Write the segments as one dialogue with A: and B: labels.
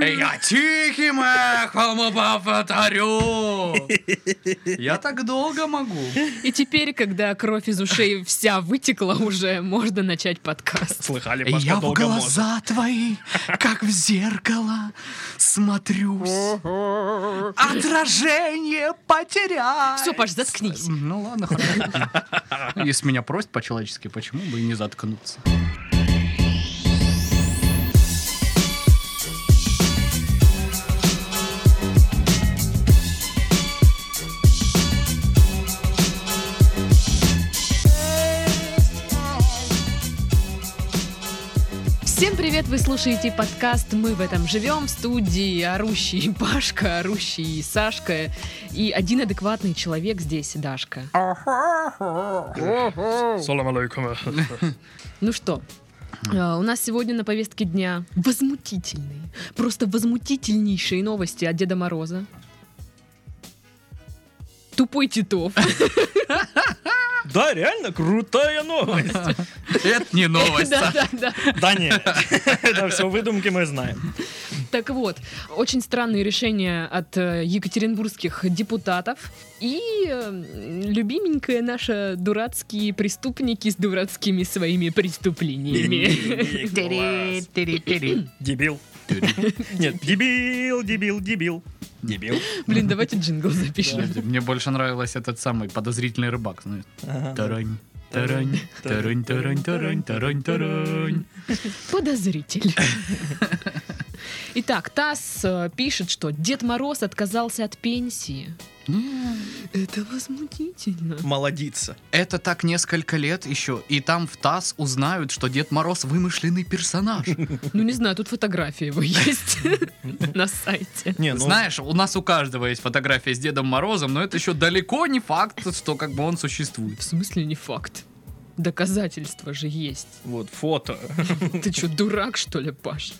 A: Э, Я тихим эхом повторю. Я так долго могу.
B: И теперь, когда кровь из ушей вся вытекла уже, можно начать подкаст.
C: Слыхали, Пашка
A: Э, Я в
C: долго
A: глаза твои, как в зеркало, смотрюсь. Отражение потерял.
B: Все, Паш, заткнись.
A: Ну ладно, хорошо. Если меня просят по-человечески, почему бы и не заткнуться?
B: Всем привет, вы слушаете подкаст «Мы в этом живем» в студии орущий Пашка, орущий Сашка и один адекватный человек здесь, Дашка.
C: может. Салам алейкум.
B: Ну что, э, у нас сегодня на повестке дня возмутительные, просто возмутительнейшие новости от Деда Мороза. Тупой Титов.
C: Да, реально крутая новость.
A: Это не новость. Саш.
B: Да-да-да.
C: Да нет, это все выдумки мы знаем.
B: Так вот, очень странные решения от э, екатеринбургских депутатов. И э, любименькая наша дурацкие преступники с дурацкими своими преступлениями.
C: Класс. Дебил. Нет, дебил, дебил, дебил. Дебил.
B: Блин, давайте джингл запишем.
A: Подожди, Мне больше нравилось этот самый подозрительный рыбак. знаешь.
C: Ага.
A: Тарань, тарань, тарань, тарань, тарань, тарань, тарань.
B: Подозритель. Итак, ТАСС э, пишет, что Дед Мороз отказался от пенсии. Это возмутительно.
C: Молодица.
A: Это так несколько лет еще, и там в ТАСС узнают, что Дед Мороз вымышленный персонаж.
B: Ну, не знаю, тут фотография его есть на сайте.
C: Не, ну,
A: Знаешь, у нас у каждого есть фотография с Дедом Морозом, но это еще далеко не факт, что как бы он существует.
B: В смысле не факт? Доказательства же есть.
C: вот фото.
B: Ты что, дурак, что ли, Паш?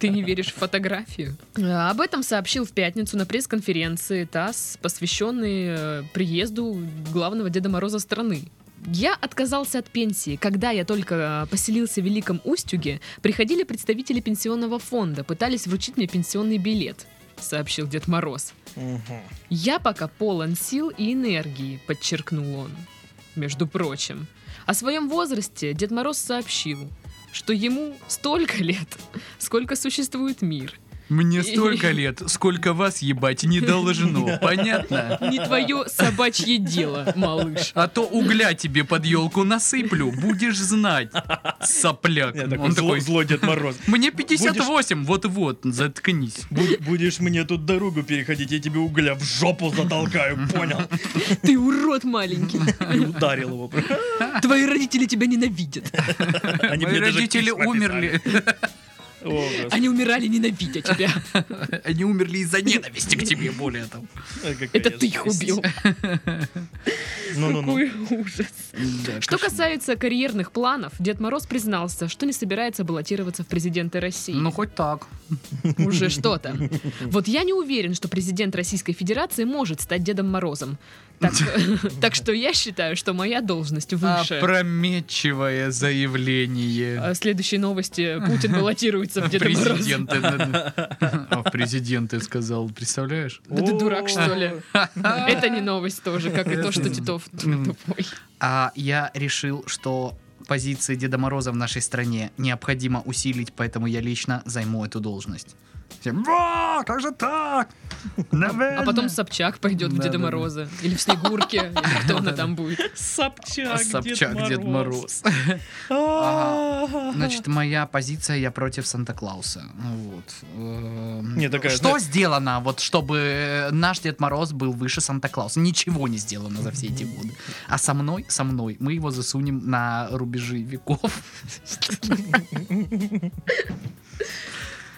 B: Ты не веришь в фотографию? А, Об этом сообщил в пятницу на пресс-конференции ТАСС, посвященной э, приезду главного Деда Мороза страны. Я отказался от пенсии. Когда я только э, поселился в Великом Устюге, приходили представители пенсионного фонда, пытались вручить мне пенсионный билет, сообщил Дед Мороз.
C: Мгм.
B: Я пока полон сил и энергии, подчеркнул он. Между прочим, о своем возрасте Дед Мороз сообщил, что ему столько лет, сколько существует мир.
A: Мне столько лет, сколько вас ебать не должно, понятно?
B: Не твое собачье дело, малыш.
A: А то угля тебе под елку насыплю, будешь знать, сопляк.
C: Я
A: Он
C: такой зло-
A: такой,
C: злой Дед Мороз.
A: мне 58, вот-вот, заткнись.
C: Бу- Будешь мне тут дорогу переходить, я тебе угля в жопу затолкаю, понял?
B: Ты урод маленький.
C: И ударил его.
B: Твои родители тебя ненавидят.
C: Они
A: Мои
C: мне даже
A: родители
C: текст
A: умерли.
C: написали. О, господи,
B: Они умирали, ненавидя тебя.
A: Они умерли из-за ненависти к тебе, более того.
C: какая
B: Это
C: я Ну,
B: ты их
C: жесть.
B: убил.
C: Ну-ну-ну.
B: Какой ужас. Что
A: кошмар.
B: касается карьерных планов, Дед Мороз признался, что не собирается баллотироваться в президенты России.
A: Ну, хоть так.
B: Уже что-то. Вот я не уверен, что президент Российской Федерации может стать Дедом Морозом. Так, так что я считаю, что моя должность выше.
A: Опрометчивое А, заявление.
B: А Следующие новости. Путин баллотируется в Деда Мороза.
A: Президенты. А в президенты сказал, представляешь?
B: Да ты дурак, что ли?
C: О.
B: Это не новость тоже, как и то, что Титов тупой.
A: А я решил, что позиции Деда Мороза в нашей стране необходимо усилить, поэтому я лично займу эту должность. Все, «Во, как же так?
B: А потом Собчак пойдет в
A: Да,
B: Деда
A: да, да.
B: Мороза. Или в Снегурке. или Кто она там будет?
C: Собчак,
A: А, Собчак, Дед Мороз.
C: А-а-а.
A: Значит, моя позиция, я против Санта-Клауса. Ну Вот. Эм,
C: Не, такая,
A: что
C: знаешь-
A: сделано, вот чтобы э, наш Дед Мороз был выше Санта-Клауса? Ничего не сделано за все эти годы. А со мной, со мной, мы его засунем на рубежи веков.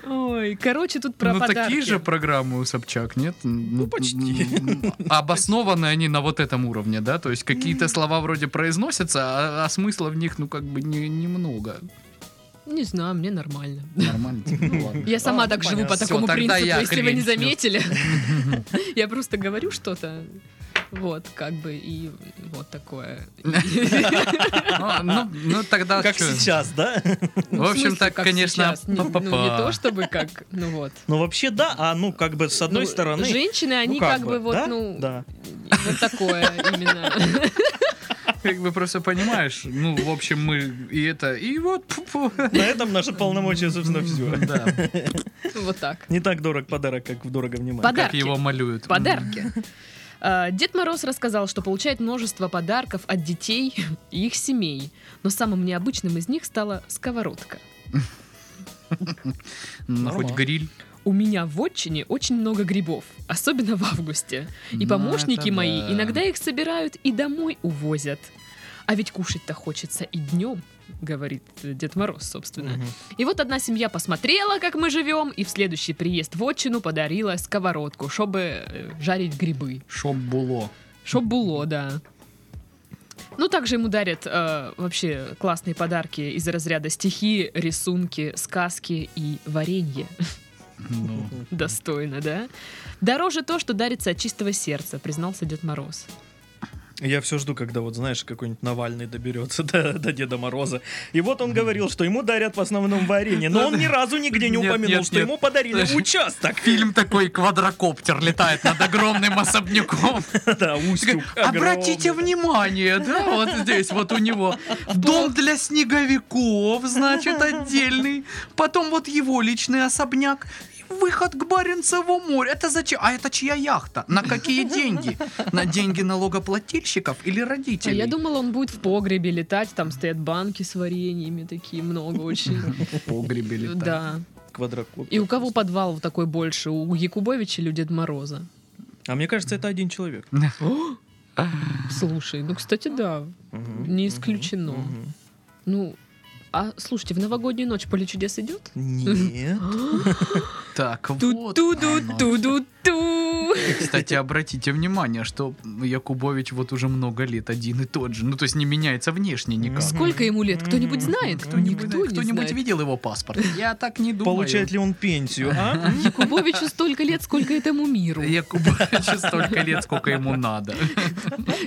B: Ой, короче, тут про
A: ну, такие
B: подарки.
A: же программы у Собчак, нет? Ну,
C: почти.
A: Обоснованы они на вот этом уровне, да? То есть какие-то слова вроде произносятся, а, а смысла в них, ну, как бы не- немного.
B: Не знаю, мне нормально.
A: Нормально тебе, ну, ладно.
B: Я сама
C: А,
B: так живу
C: понятно.
B: по такому
A: Всё, тогда
B: принципу,
A: я
B: если вы не
A: кринж нёс.
B: заметили. Я просто говорю что-то. Вот, как бы, и вот такое.
A: Ну, ну, ну, тогда
C: Как
A: чё?
C: сейчас, да?
A: В общем,
B: так
A: так, конечно,
B: Не, ну, не
A: па-па-па.
B: то чтобы как, ну вот.
C: Ну, вообще, да, а ну, как бы, с одной
B: Ну,
C: стороны...
B: Женщины,
C: ну,
B: они как, бы, вот,
C: да?
B: ну,
C: Да.
B: вот такое именно.
A: Как бы просто понимаешь, ну, в общем, мы и это, и вот. пф-пф.
C: На этом наши полномочия, собственно, все.
A: Да,
B: Вот так.
C: Не так дорог подарок, как дорого внимание.
B: Под-
A: как
B: Подарки.
A: его малюют.
B: Подарки. А, Дед Мороз рассказал, что получает множество подарков от детей и их семей. Но самым необычным из них стала сковородка.
A: Ну, хоть
C: Нормально.
A: гриль.
B: У меня в отчине очень много грибов, особенно в августе. И
A: Ну,
B: помощники
A: это
B: мои
A: да.
B: иногда их собирают и домой увозят. А ведь кушать-то хочется и днем, говорит э, Дед Мороз, собственно.
C: Мгм.
B: И вот одна семья посмотрела, как мы живем, и в следующий приезд в отчину подарила сковородку, чтобы э, жарить грибы.
A: Чтоб было.
B: Чтоб было, да. Ну, также ему дарят э, вообще классные подарки из разряда стихи, рисунки, сказки и варенье.
A: Ну,
B: Достойно, да? Дороже то, что дарится от чистого сердца, признался Дед Мороз.
C: Я все жду, когда вот, знаешь, какой-нибудь Навальный доберется до, до Деда Мороза. И вот он говорил, что ему дарят в основном варенье, но он ни разу нигде не
A: Нет,
C: упомянул,
A: нет,
C: что
A: нет.
C: ему подарили
A: Слушай.
C: участок.
A: Фильм такой, квадрокоптер летает над огромным особняком.
C: Да,
A: Такой,
C: устюг
A: Обратите
C: огромный.
A: внимание, да, вот здесь вот у него дом для снеговиков, значит, отдельный. Потом вот его личный особняк. И Выход к Баренцеву морю. Это зачем? А это чья яхта? На какие деньги? На деньги налогоплательщиков или
B: А
A: родителей?
B: я думала, он будет в погребе летать, там стоят банки с вареньями такие, много очень.
A: в погребе летать.
B: Да.
C: Квадрокоптер.
B: И у кого подвал вот такой больше? У Якубовича или у Деда Мороза?
C: А мне кажется, это один человек.
B: Слушай, ну, кстати, да.
C: Мгм.
B: Не исключено.
C: Мгм.
B: Ну, а слушайте, в новогоднюю ночь поле чудес идет?
C: Нет.
A: Так, вот оно.
B: Ту-ту-ду-ту-ду-ту.
A: Кстати, обратите внимание, что Якубович вот уже много лет один и тот же. Ну, то есть не меняется внешне никак.
C: Мгм.
B: Сколько ему лет? Кто-нибудь знает?
A: Кто-нибудь,
B: Никто не
A: кто-нибудь
B: знает.
A: видел его паспорт? Я так не думаю.
C: Получает ли он пенсию, а?
B: Якубовичу столько лет, сколько этому миру.
A: Якубовичу столько лет, сколько ему надо.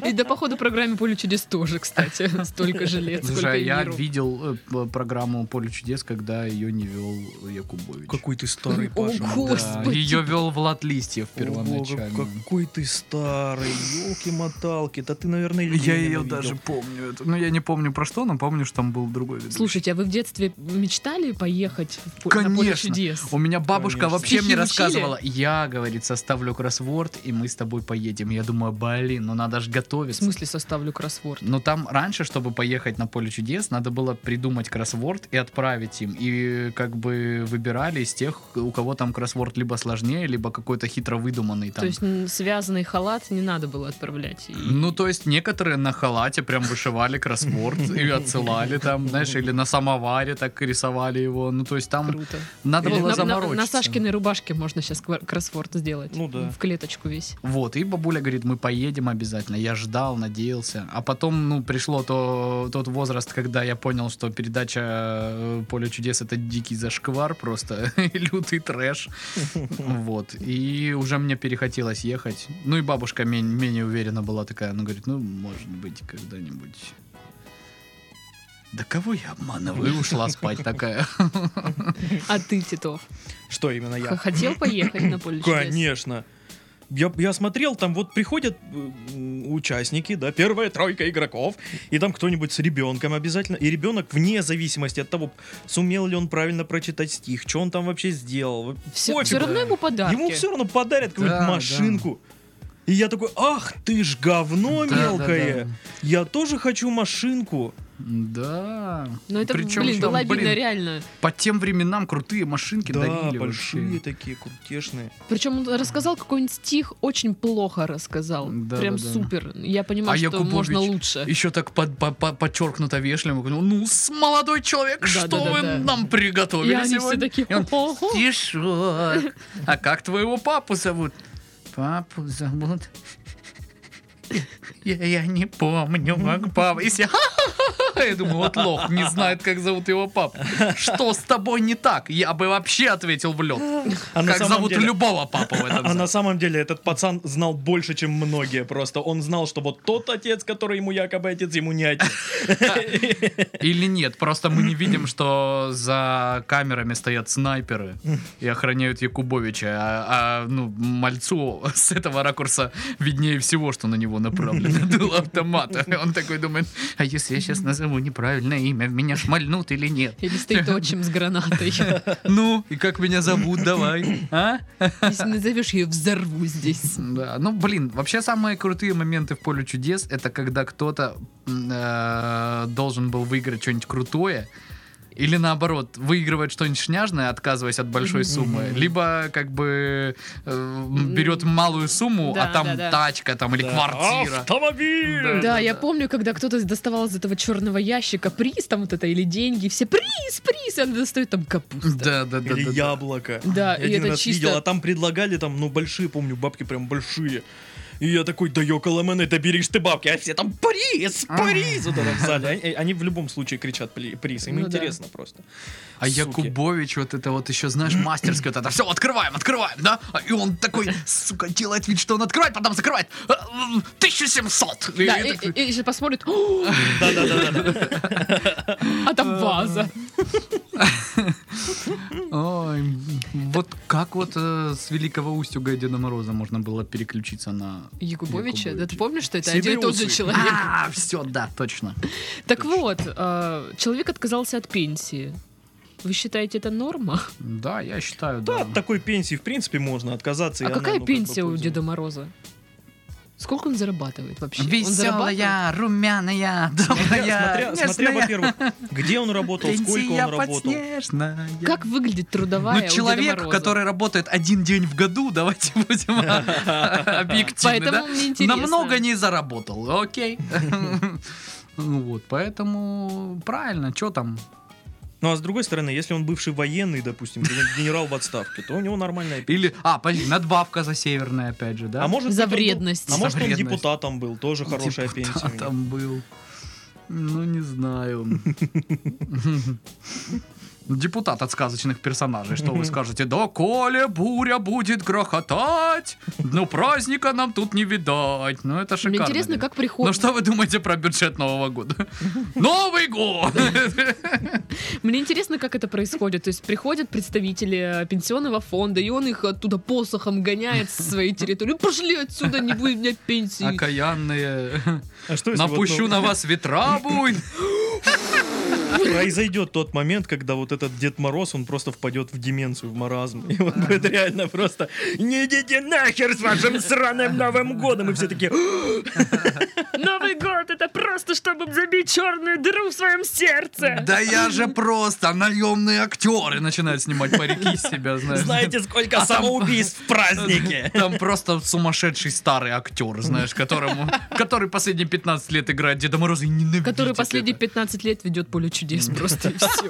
B: И да, походу, программе «Поле чудес» тоже, кстати, столько же лет, сколько
A: Слушай,
B: и
A: я
B: миру.
A: видел э, п- программу «Поле чудес», когда ее не вел Якубович.
C: Какой ты старый,
B: О,
C: Паша.
B: го- господи.
A: ее вел Влад Листьев
C: Ого,
A: первоначально.
C: какой ты старый, елки-моталки. Да ты, наверное, людей
A: Я ее
C: ненавидел.
A: даже помню. эту. Ну, я не помню про что, но помню, что там был другой ведущий.
B: Слушайте, а вы в детстве мечтали поехать в пол- на «Поле
A: Конечно.
B: чудес»?
A: У меня бабушка
C: Конечно.
A: вообще
B: Стихи
A: мне
B: учили?
A: рассказывала, я, говорит, составлю кроссворд, и мы с тобой поедем. Я думаю, блин, ну надо же
B: В
A: готовиться.
B: смысле составлю кроссворд?
A: Но Ну, там раньше, чтобы поехать на поле чудес, надо было придумать кроссворд и отправить им. И как бы выбирали из тех, у кого там кроссворд либо сложнее, либо какой-то хитро выдуманный там.
B: То есть м, связанный халат не надо было отправлять? И-
A: Ну, то есть некоторые на халате прям вышивали кроссворд и отсылали там, знаешь, или на самоваре так рисовали его. Ну, то есть там
B: Круто.
A: надо
B: Или
A: было
B: на- на, на,
A: заморочиться.
B: Сашкиной рубашке можно сейчас кроссворд сделать.
C: Ну да.
B: В клеточку весь.
A: Вот, и бабуля говорит, мы поедем обязательно. Я ждал, надеялся. А потом, ну, пришло то, тот возраст, когда я понял, что передача э, «Поле чудес» — это дикий зашквар просто, лютый трэш. Вот, и уже мне перехотелось ехать. Ну и бабушка мен- менее уверена была такая, она говорит, ну, может быть, когда-нибудь... Да кого я обманываю? И ушла спать такая.
B: А ты, Титов,
C: Что именно
A: А
C: я?
B: х- хотел поехать на поле чудес?
C: Конечно. Я, я смотрел, там вот приходят э, м, участники, да, первая тройка игроков, и там кто-нибудь с ребенком обязательно. И ребенок, вне зависимости от того, сумел ли он правильно прочитать стих, что он там вообще сделал.
B: Все,
C: пофигу.
B: равно
A: да.
B: ему подарки.
C: Ему все равно подарят какую-нибудь
A: Да, да.
C: машинку. И я такой, ах ты ж говно
A: Да, да,
C: мелкое! Я тоже хочу машинку.
A: Да.
B: Но Ну, это,
A: Причём
B: блин,
A: там,
B: было обидно
A: блин,
B: реально.
A: По тем временам крутые машинки
C: да,
A: дарили
C: большие
A: вообще.
C: такие, крутешные.
B: Причем он рассказал какой-нибудь стих, очень плохо рассказал.
A: Да,
B: Прям
A: да, да.
B: супер. Я понимаю,
A: А
B: что
A: Якубович
B: можно лучше.
A: Еще так под, по- по- подчеркнуто вежливо. говорю, Ну, с молодой человек,
B: Да,
A: что
B: да, да,
A: вы
B: да.
A: нам приготовили
B: И они все
A: сегодня?
B: такие,
A: И он,
B: «Хо-хо-хо».
A: «Стишок. А как твоего папу зовут? Папу а зовут... Я, я не помню, как папа. И все, «Ха-ха-ха-ха». Я думаю, вот лох, не знает, как зовут его папу. Что с тобой не так? Я бы вообще ответил в лед.
C: А на
A: как
C: самом
A: зовут
C: деле-
A: любого папу в этом
C: А на
A: зале.
C: самом деле этот пацан знал больше, чем многие просто. Он знал, что вот тот отец, который ему якобы отец, ему не отец.
A: Или нет, просто мы не видим, что за камерами стоят снайперы и охраняют Якубовича, а, а, ну, мальцу с этого ракурса виднее всего, что на него направлено дуло автомата. И Он такой думает, а если я сейчас назову неправильное имя, меня шмальнут или нет?
B: Или стоит отчим с гранатой.
A: Ну, и как меня зовут, давай, а?
B: Если назовешь ее, взорву здесь.
A: Да, ну блин, вообще самые крутые моменты в поле чудес это когда кто-то м, э, должен был выиграть что-нибудь крутое. Или наоборот, выигрывает что-нибудь шняжное, отказываясь от большой суммы. Либо как бы э, берет малую сумму,
B: Да,
A: а там
B: да, да.
A: тачка там или
C: Да.
A: квартира.
C: Автомобиль!
B: Да,
A: Да,
B: я
A: да.
B: помню, когда кто-то доставал из этого черного ящика приз там вот это или деньги, все приз, приз, и она достает там капусту.
A: Да, да, да. да,
C: Или
A: да.
C: яблоко.
B: Да,
C: Я
B: и
C: один
B: это
C: раз
B: чисто-
C: видел, а там предлагали там, ну, большие, помню, бабки прям большие. И я такой, да ёкала мен, это беришь ты бабки, а все там приз,
B: А.
C: приз, вот это в зале. Они, они в любом случае кричат «Пли- приз, им
B: Ну да.
C: интересно просто.
A: А
C: Суки.
A: Якубович вот это вот еще, знаешь, мастерское вот это. Все, открываем, открываем, да? А, И он такой, сука, делает вид, что он открывает, потом закрывает. А, м, 1700! И
B: Да,
A: я
B: и,
A: такой,
B: и- и сейчас посмотрит, «О,
C: Да-да-да.
B: а там ваза.
A: Ой, м, вот как вот э, с Великого Устюга и Деда Мороза можно было переключиться на...
B: Якубовича, да ты
A: Якубовича.
B: помнишь, что это один и тот же
C: Сибиусы.
B: человек?
A: А, все, да, точно.
B: Так вот, э, человек отказался от пенсии. Вы считаете, это норма?
A: Да, я считаю,
C: Да,
A: да.
C: от такой пенсии, в принципе, можно отказаться. и
B: А
C: она,
B: какая
C: ну, как бы,
B: пенсия у
C: пользуется.
B: Деда Мороза? Сколько он зарабатывает вообще? Он зарабатывает?
A: Веселая, румяная, добрая,
C: Смотря, смотря,
A: нежная,
C: во-первых, где он работал, сколько
A: пенсия
C: он работал.
A: подснежная.
B: Как выглядит трудовая
A: Ну,
B: у Деда
A: человек,
B: Мороза?
A: который работает один день в году, давайте будем а, объективны,
B: Поэтому
A: да?
B: мне интересно.
A: Намного не заработал, окей. Ну вот, поэтому правильно, что там?
C: Ну а с другой стороны, если он бывший военный, допустим, ген- генерал в отставке, то у него нормальная пенсия.
A: Или, а, подожди, надбавка за северное, опять же, да?
C: А может
B: За
C: быть, он был-
B: вредность.
C: А
A: За
C: может, он
A: вредность.
C: депутатом был, тоже хорошая пенсия. у него.
A: Типа, там был. Ну, не знаю. Ну, Депутат от сказочных персонажей, что вы скажете? Да, Коля, буря будет грохотать, но праздника нам тут не видать. Ну, это шикарно.
B: Мне интересно,
A: блин.
B: как
A: Ну,
B: приходит.
A: что вы думаете про бюджет Нового года? Новый год!
B: Мне интересно, как это происходит. То есть приходят представители э, пенсионного фонда, и он их оттуда посохом гоняет со своей территории. Пошли отсюда, не будет у меня пенсии.
A: А Окаянные.
C: А что, если вот,
A: Напущу
C: ну,
A: на вас ветра буйно.
C: Произойдет тот момент, когда вот этот Дед Мороз, он просто впадет в деменцию, в маразм. И он будет реально просто «Не идите нахер с вашим сраным Новым годом!» И все такие
B: Новый год это просто, чтобы забить черную дыру в своем сердце.
A: Да я же просто наемные актеры начинают снимать парики с себя, знаешь.
C: «Знаете, сколько самоубийств в празднике!»
A: Там просто сумасшедший старый актер, знаешь, которому, который последние 15 лет играет Деда Мороза и ненавидит
B: Который последние
A: это.
B: 15 лет ведет поле чудес просто и все.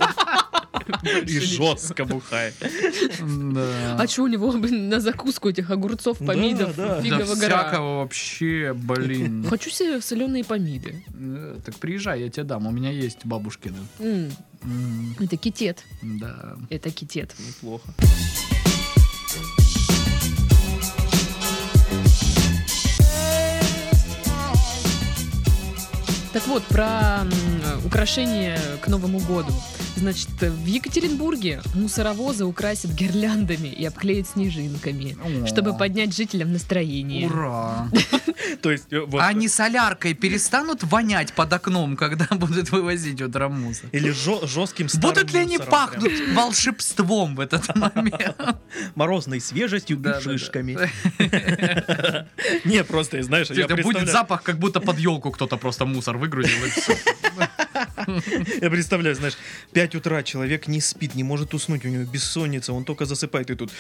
C: И жестко бухает.
A: Да.
B: А что у него блин, на закуску этих огурцов,
C: Да,
B: помидов,
C: да.
A: Да
B: фигова гора?
A: всякого вообще, блин.
B: Хочу себе соленые помиды.
A: Э, Так приезжай, я тебе дам, у меня есть бабушкины.
B: М,
A: М,
B: Это китет.
A: Да.
B: Это китет.
C: Неплохо.
B: Так вот, про м, украшения к Новому году. Значит, в Екатеринбурге мусоровозы украсят гирляндами и обклеят снежинками,
A: О,
B: чтобы поднять жителям настроение.
A: Ура!
C: То есть, э, вот,
A: Они соляркой перестанут вонять под окном, когда будут вывозить утро мусор?
C: Или жё- жестким старым
A: Будут ли они
C: мусором прям.
A: пахнуть волшебством в этот момент?
C: Морозной свежестью
A: Да, да,
C: и
A: да.
C: шишками. Не, просто, знаешь, я
A: Это будет
C: представляю,
A: запах, как будто под елку кто-то просто мусор выгрузил и все.
C: я представляю, знаешь, 5 утра человек не спит, не может уснуть, у него бессонница, он только засыпает и тут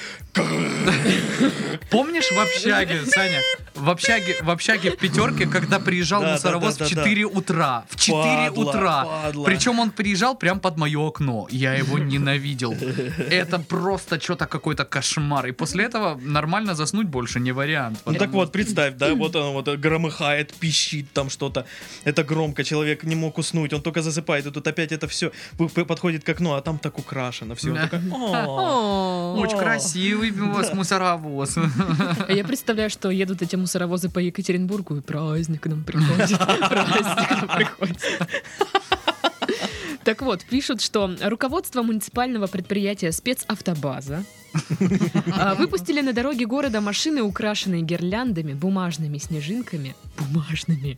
A: Помнишь в общаге, Саня, в общаге, в общаге в пятерке, когда приезжал
C: Да, да,
A: мусоровоз
C: да,
A: в
C: да, да.
A: 4 утра. В 4
C: Падла,
A: утра.
C: падла.
A: Причем он приезжал прям под мое окно. Я его ненавидел. Это просто что-то какой-то кошмар. И после этого нормально заснуть больше не вариант.
C: Ну так
A: Потому-
C: вот, представь, да, вот оно вот громыхает, пищит там что-то. Это громко, человек не мог уснуть, он только засыпает, и тут опять это все подходит к окну, а там так украшено все.
A: Да.
B: О.
A: Очень
C: О.
A: красивый у вас мусоровоз.
B: А Я представляю, что едут эти мусоровозы по Екатеринбургу, и праздник к нам приходит. Праздник к нам приходит. Так вот, пишут, что руководство муниципального предприятия «Спецавтобаза» а, выпустили на дороге города машины, украшенные гирляндами, бумажными снежинками, бумажными,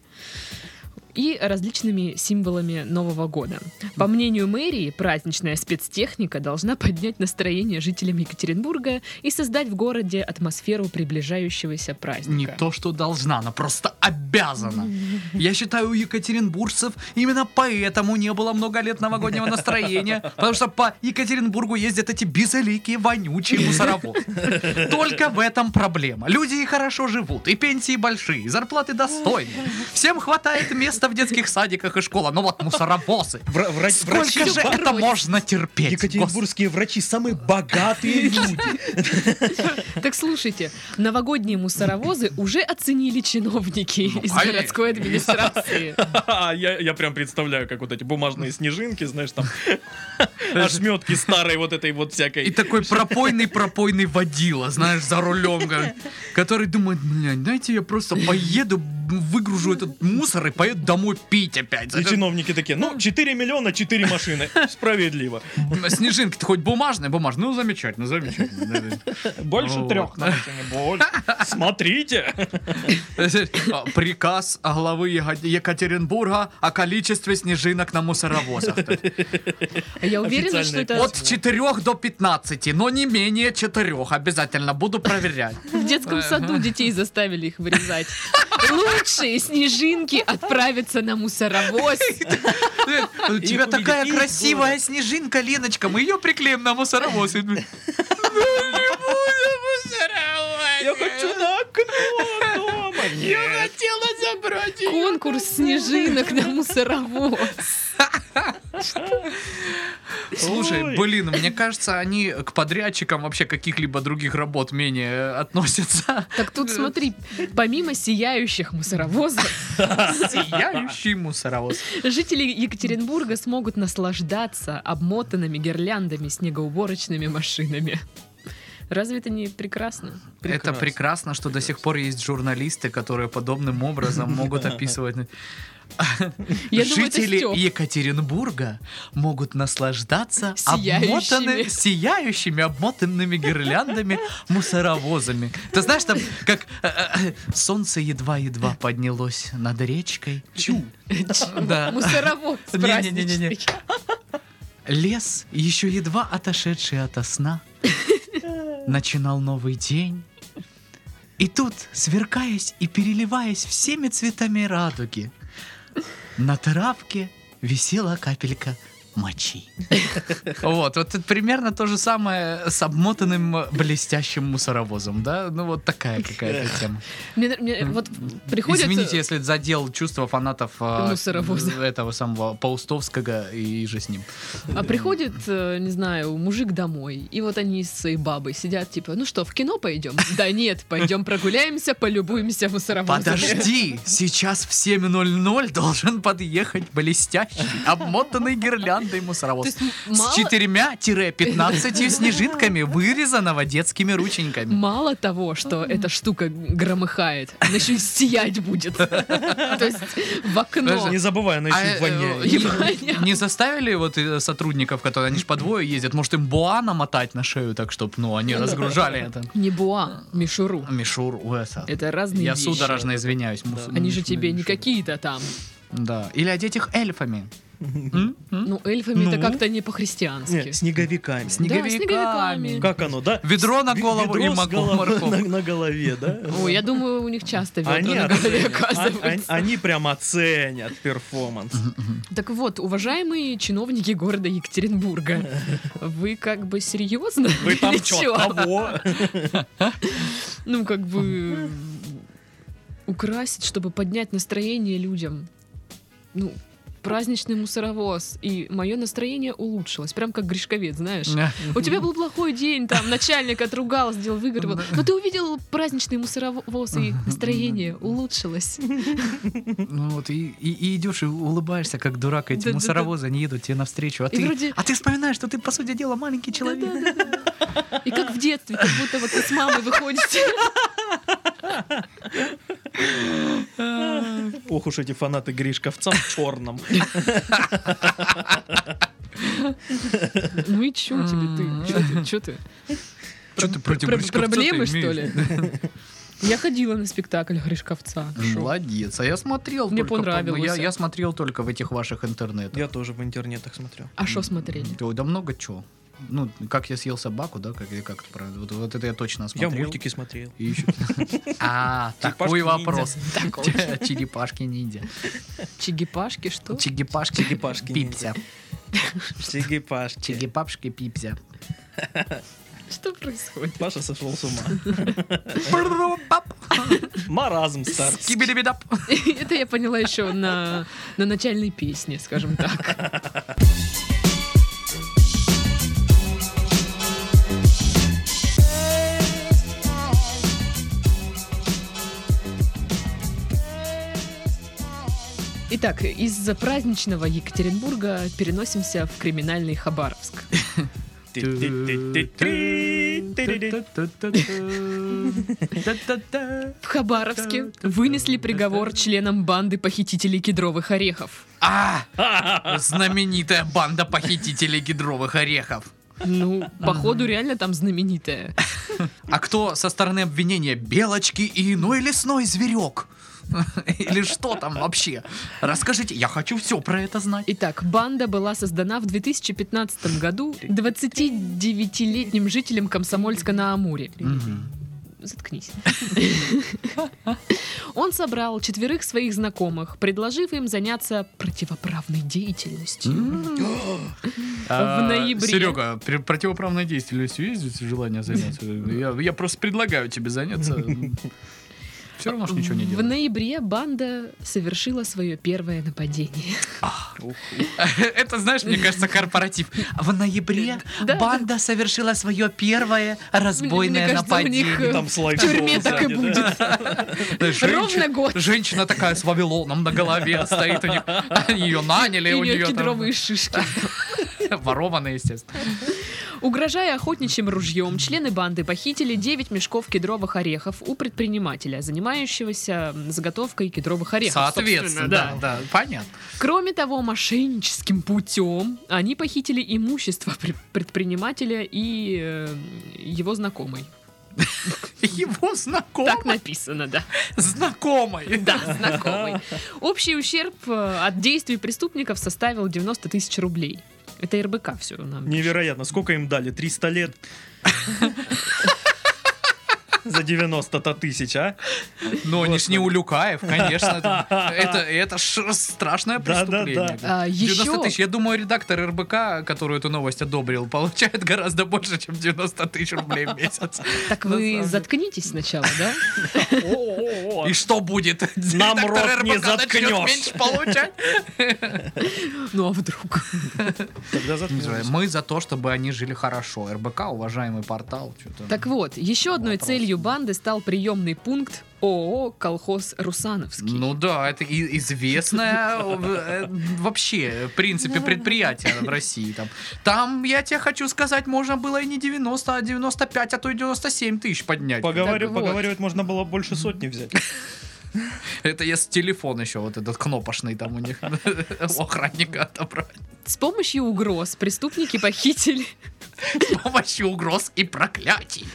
B: и различными символами Нового года. По мнению мэрии, праздничная спецтехника должна поднять настроение жителям Екатеринбурга и создать в городе атмосферу приближающегося праздника.
A: Не то, что должна, она просто обязана. Я считаю, у екатеринбуржцев именно поэтому не было много лет новогоднего настроения, потому что по Екатеринбургу ездят эти безликие, вонючие мусоровозы. Только в этом проблема. Люди и хорошо живут, и пенсии большие, и зарплаты достойные. Всем хватает места в детских садиках и школах, но вот мусоровозы.
C: Вра- вра- врачи-
A: Сколько же это можно терпеть?
C: Екатеринбургские врачи самые богатые люди.
B: Так слушайте, новогодние мусоровозы уже оценили чиновники
A: Ну,
B: из
A: конечно.
B: городской администрации.
C: А, Я я прям представляю, как вот эти бумажные снежинки, знаешь, там ошметки старой вот этой вот
A: И
C: всякой.
A: такой пропойный-пропойный водила, знаешь, за рулем, га- который думает, бля, знаете, я просто поеду, выгружу этот мусор и поеду домой пить опять.
C: И чиновники такие, ну, 4 миллиона, 4 машины. Справедливо.
A: Снежинки, то А хоть бумажная, бумажная, ну замечательно, замечательно.
C: Больше
A: Вот.
C: трех на машине, больше. Смотрите.
A: А, Приказ главы Ега- Екатеринбурга о количестве снежинок на мусоровозах.
B: Я уверена, что
C: Официальная
B: это
A: От 4 до 15, но не менее 4, обязательно, буду проверять.
B: в детском саду детей заставили их вырезать. Лучшие снежинки отправятся на мусоровоз.
A: У тебя
C: увидят
A: такая
C: весь
A: красивая снежинка, Леночка, мы ее приклеим на мусоровоз. И- Ну, не буду
C: Я хочу на окно дома. Нет.
A: хотела забрать
B: Конкурс снежинок на мусоровоз.
A: Слушай,
C: Ой.
A: блин, мне кажется, они к подрядчикам вообще каких-либо других работ менее э, относятся.
B: Так тут смотри, помимо сияющих мусоровозов,
A: Сияющий мусоровоз.
B: жители Екатеринбурга смогут наслаждаться обмотанными гирляндами снегоуборочными машинами. Разве это не прекрасно?
A: Это прекрасно, что до сих пор есть журналисты, которые подобным образом могут описывать.
B: Я думаю, это
A: Жители
B: Стёп.
A: Екатеринбурга могут наслаждаться
B: Сияющими.
A: обмотаны- сияющими обмотанными гирляндами мусоровозами. Ты знаешь, там как э, э, э, солнце едва-едва поднялось над речкой. Чу. Да.
B: Мусоровоз
A: Не-не-не-не-не.
B: праздничный.
A: Лес, еще едва отошедший ото сна, начинал новый день. И тут, сверкаясь и переливаясь всеми цветами радуги, на травке висела капелька мочи. Вот, вот это примерно то же самое с обмотанным блестящим мусоровозом, да? Ну вот такая какая-то тема.
B: Мне- мне Э, Вот приходят...
A: Извините, если задел чувства фанатов э,
B: Мусоровоза.
A: этого самого Паустовского и же с ним.
B: А приходит, э, не знаю, мужик домой, и вот они с своей бабой сидят, типа, ну что, в кино пойдем? Да нет, пойдем прогуляемся, полюбуемся мусоровозами.
A: Подожди, сейчас в 7.00 должен подъехать блестящий, обмотанный гирляндой
B: То
A: мусоровоз.
B: есть м-
A: С
B: мало,
A: четырьмя-15 снежинками, вырезанного детскими рученьками.
B: мало того, что эта штука громыхает, она еще и сиять будет. То есть в окно.
A: Подожди,
C: Не забывай, она
A: А,
C: еще
A: э,
C: и воняет.
A: не-
B: Воняет.
A: Не заставили вот э, сотрудников, которые, они ж по двое ездят, может им буа намотать на шею так, чтобы, ну, они разгружали это.
B: Не буа, мишуру.
A: Мишур Уэса.
B: Это разные
A: Я
B: вещи.
A: судорожно извиняюсь. мус-
B: Они же
A: мишур,
B: тебе не
A: мишур.
B: какие-то там.
A: Да. Или одеть их эльфами. М? М?
B: Ну, эльфами это
C: Ну.
B: как-то не
C: Не,
A: э,
B: по-христиански.
C: Снеговиками.
A: Снеговиками.
B: снеговиками.
C: Как оно, да?
A: Ведро на
C: Ви-
A: голову
C: ведро
A: и
C: с
A: морков-
C: головы-
A: морковку.
C: на, на голове, да?
B: Ой, я думаю, у них часто ведра
C: Они,
B: на голове
C: оценят. А- они,
B: оказываются.
C: они прям оценят перформанс.
A: М-м-м.
B: Так вот, уважаемые чиновники города Екатеринбурга, вы как бы серьезно?
C: Вы там
B: Или
C: чё,
B: чё?
C: кого?
B: Ну, как бы... украсить, чтобы поднять настроение людям. Ну, праздничный мусоровоз. И мое настроение улучшилось. Прям как Гришковец, знаешь. У тебя был плохой день, там начальник отругал, сделал, выигрывал. Но ты увидел праздничный мусоровоз, и настроение улучшилось.
A: Ну вот, и, и, и идешь и улыбаешься, как дурак, эти
B: Да-да-да.
A: мусоровозы, они едут тебе навстречу. А
B: И
A: ты,
B: вроде-
A: а ты вспоминаешь, что ты, по сути дела, маленький человек.
B: Да-да-да-да. И как в детстве, как будто вот вы с мамой выходите.
C: Ох уж эти фанаты Гришковца в черном.
B: Ну и чё тебе ты? Чё ты? Чё ты?
A: Чё ты против
B: Про-
A: Гришковца-то
B: Проблемы, что ли?
A: имеешь?
B: Я ходила на спектакль Гришковца. Шо?
A: Молодец, а я смотрел.
B: Мне
A: только по- ну,
B: понравилось.
A: Я, я смотрел только в этих ваших интернетах.
C: Я тоже в интернетах смотрю.
B: А что смотрели?
A: Да, да много чего. Ну, как я съел собаку, да, как, или как это правильно. Вот, вот это я точно
C: Я
A: смотрел.
C: мультики смотрел.
A: И ещё- А, такой
C: Черепашки-ниндзя.
A: вопрос. Черепашки-ниндзя.
B: Чигипашки, что?
A: Чигипашки. Пипся.
C: Черепашки-ниндзя. Сергей Пашки.
A: Чигипашки пипся.
B: Что происходит?
C: Паша сошел с ума.
A: Бру-пап.
C: Маразм стар.
A: Скибиди-бидап.
B: Это я поняла еще на, на начальной песне, скажем так. Итак, из праздничного Екатеринбурга переносимся в криминальный Хабаровск. В Хабаровске вынесли приговор членам банды похитителей кедровых орехов.
A: А! Знаменитая банда похитителей кедровых орехов.
B: Ну, походу, реально там знаменитая.
A: А кто со стороны обвинения? Белочки и иной лесной зверек. Или что там вообще? Расскажите, я хочу все про это знать.
B: Итак, банда была создана в 2015 году 29-летним жителем Комсомольска на Амуре.
A: Мгм.
B: Заткнись. Он собрал четверых своих знакомых, предложив им заняться противоправной деятельностью.
A: А,
B: ноябре.
A: Серега, при- противоправной деятельностью есть желание заняться? Я, я просто предлагаю тебе заняться. Все равно ж ничего не
B: В
A: делаешь.
B: ноябре банда совершила свое первое нападение.
A: Это, знаешь, мне кажется, корпоратив. В ноябре
B: Да.
A: банда совершила свое первое разбойное
B: Мне кажется, у них, э,
A: нападение.
C: Там слайд.
B: В тюрьме так и будет.
A: Знаешь, женщина-
B: ровно год.
A: Женщина такая с Вавилоном на голове стоит у них. Ее наняли,
B: И
A: у
B: у нее
A: нее
B: кедровые шишки.
A: ворованные, естественно.
B: Угрожая охотничьим ружьем, члены банды похитили 9 мешков кедровых орехов у предпринимателя, занимающегося м, заготовкой кедровых орехов.
A: Соответственно,
B: собственно,
A: да, да, понятно.
B: Кроме того, мошенническим путем они похитили имущество пре- предпринимателя и э, его знакомой.
A: Его знаком,
B: Так написано, да.
A: знакомый.
B: Да, знакомой. Общий ущерб э, от действий преступников составил 90 тысяч рублей. Это РБК все нам.
C: Невероятно. Сколько им дали? 300 лет? За 90-то тысяч, а?
A: Но Ну, они ж не Улюкаев, конечно. Это, это, это ж страшное
C: Да, да,
A: преступление.
B: да. А,
A: 90
B: ещё-
A: тысяч. Я думаю, редактор РБК, который эту новость одобрил, получает гораздо больше, чем 90 тысяч рублей в месяц.
B: Так вы заткнитесь сначала, да?
C: О-о-о.
A: И что будет?
C: Нам
A: Редактор
C: рот не
A: РБК начнет
C: заткнешь.
A: меньше получать?
B: Ну а вдруг?
C: Тогда
A: Не знаю,
C: заткнулись.
A: Мы за то, чтобы они жили хорошо. РБК, уважаемый портал. чё-то.
B: Так вот, еще одной
A: Вопрос.
B: целью банды стал приемный пункт ООО «Колхоз Русановский».
A: Ну да, это и- известное э, вообще, в принципе, предприятие в России. Там, там, я тебе хочу сказать, можно было и не 90, а 95, а то и 97 тысяч поднять.
C: Поговорю,
B: Так вот.
C: поговаривать можно было больше сотни взять.
A: Это если телефон еще вот этот кнопочный там у них у охранника отобрать.
B: С помощью угроз преступники похитили...
A: С помощью угроз и проклятий.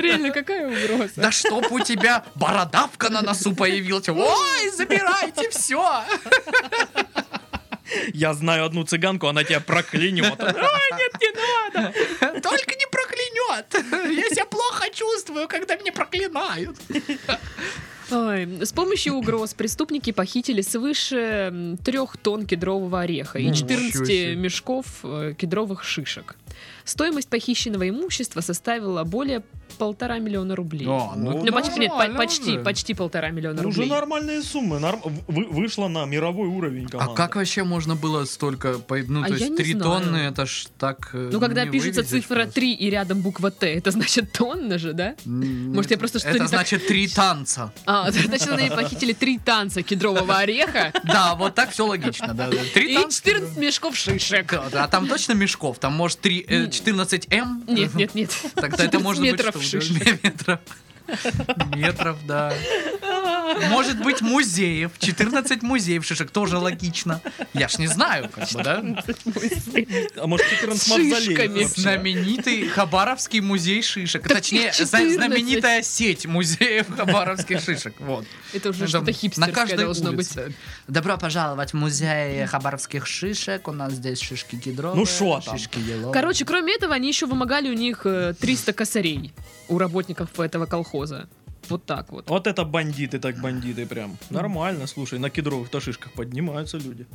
B: Реально, какая угроза?
A: Да чтоб у тебя бородавка на носу появилась. Ой, забирайте все.
C: Я знаю одну цыганку, она тебя проклянет.
A: Только не проклянет. Я себя плохо чувствую, когда меня проклинают.
B: Ой, с помощью угроз преступники похитили свыше м, трех тонн кедрового ореха и
A: Ничего
B: 14
A: себе.
B: мешков э, кедровых шишек. Стоимость похищенного имущества составила более полтора миллиона рублей.
A: О, ну,
C: Ну,
B: Ну, почти, нет, по-
A: нормально
B: почти,
A: уже.
B: почти полтора миллиона
C: Ну, уже
B: рублей.
C: нормальные суммы. Норм... вы- вышла на мировой уровень команда.
A: А как вообще можно было столько... по- Ну,
B: А
A: то
B: я
A: есть
B: не
A: 3
B: знаю.
A: тонны, это ж так... э,
B: Ну, когда
A: не
B: пишется
A: вывезешь
B: цифра
A: просто.
B: 3 и рядом буква Т, это значит тонна же, да?
A: М,
B: Может, я просто что-то
A: Это
B: не так-
A: значит три танца.
B: А, значит, они похитили три танца кедрового ореха
A: Да, вот так все логично. да, да. Три
B: и
A: танца.
B: 14 мешков шишек.
A: Да, да, А там точно мешков? Там может 3, 14 М?
B: Нет, нет, нет.
A: Тогда это
B: 14
A: может
B: метров
A: быть что угодно.
B: шишек.
A: метров. Метров, да. Может быть, музеев. 14 музеев шишек тоже логично. Я ж не знаю, как бы, да?
C: А может, 14
B: С
C: мавзолеев
B: шишками.
C: вообще?
A: Знаменитый Хабаровский музей шишек.
B: Каких
A: Точнее, за-
B: 14?
A: знаменитая сеть музеев хабаровских шишек. Вот.
B: Это уже
A: Ну, там
B: что-то хипстерское должно быть.
A: улице. Добро пожаловать в музей хабаровских шишек. У нас здесь шишки кедровые,
C: Ну, шо там?
A: шишки еловые.
B: Короче, кроме этого, они еще вымогали у них э, 300 косарей у работников этого колхоза. Вот так вот.
C: Вот это бандиты, так бандиты прям. Нормально, слушай, на кедровых-то шишках поднимаются люди.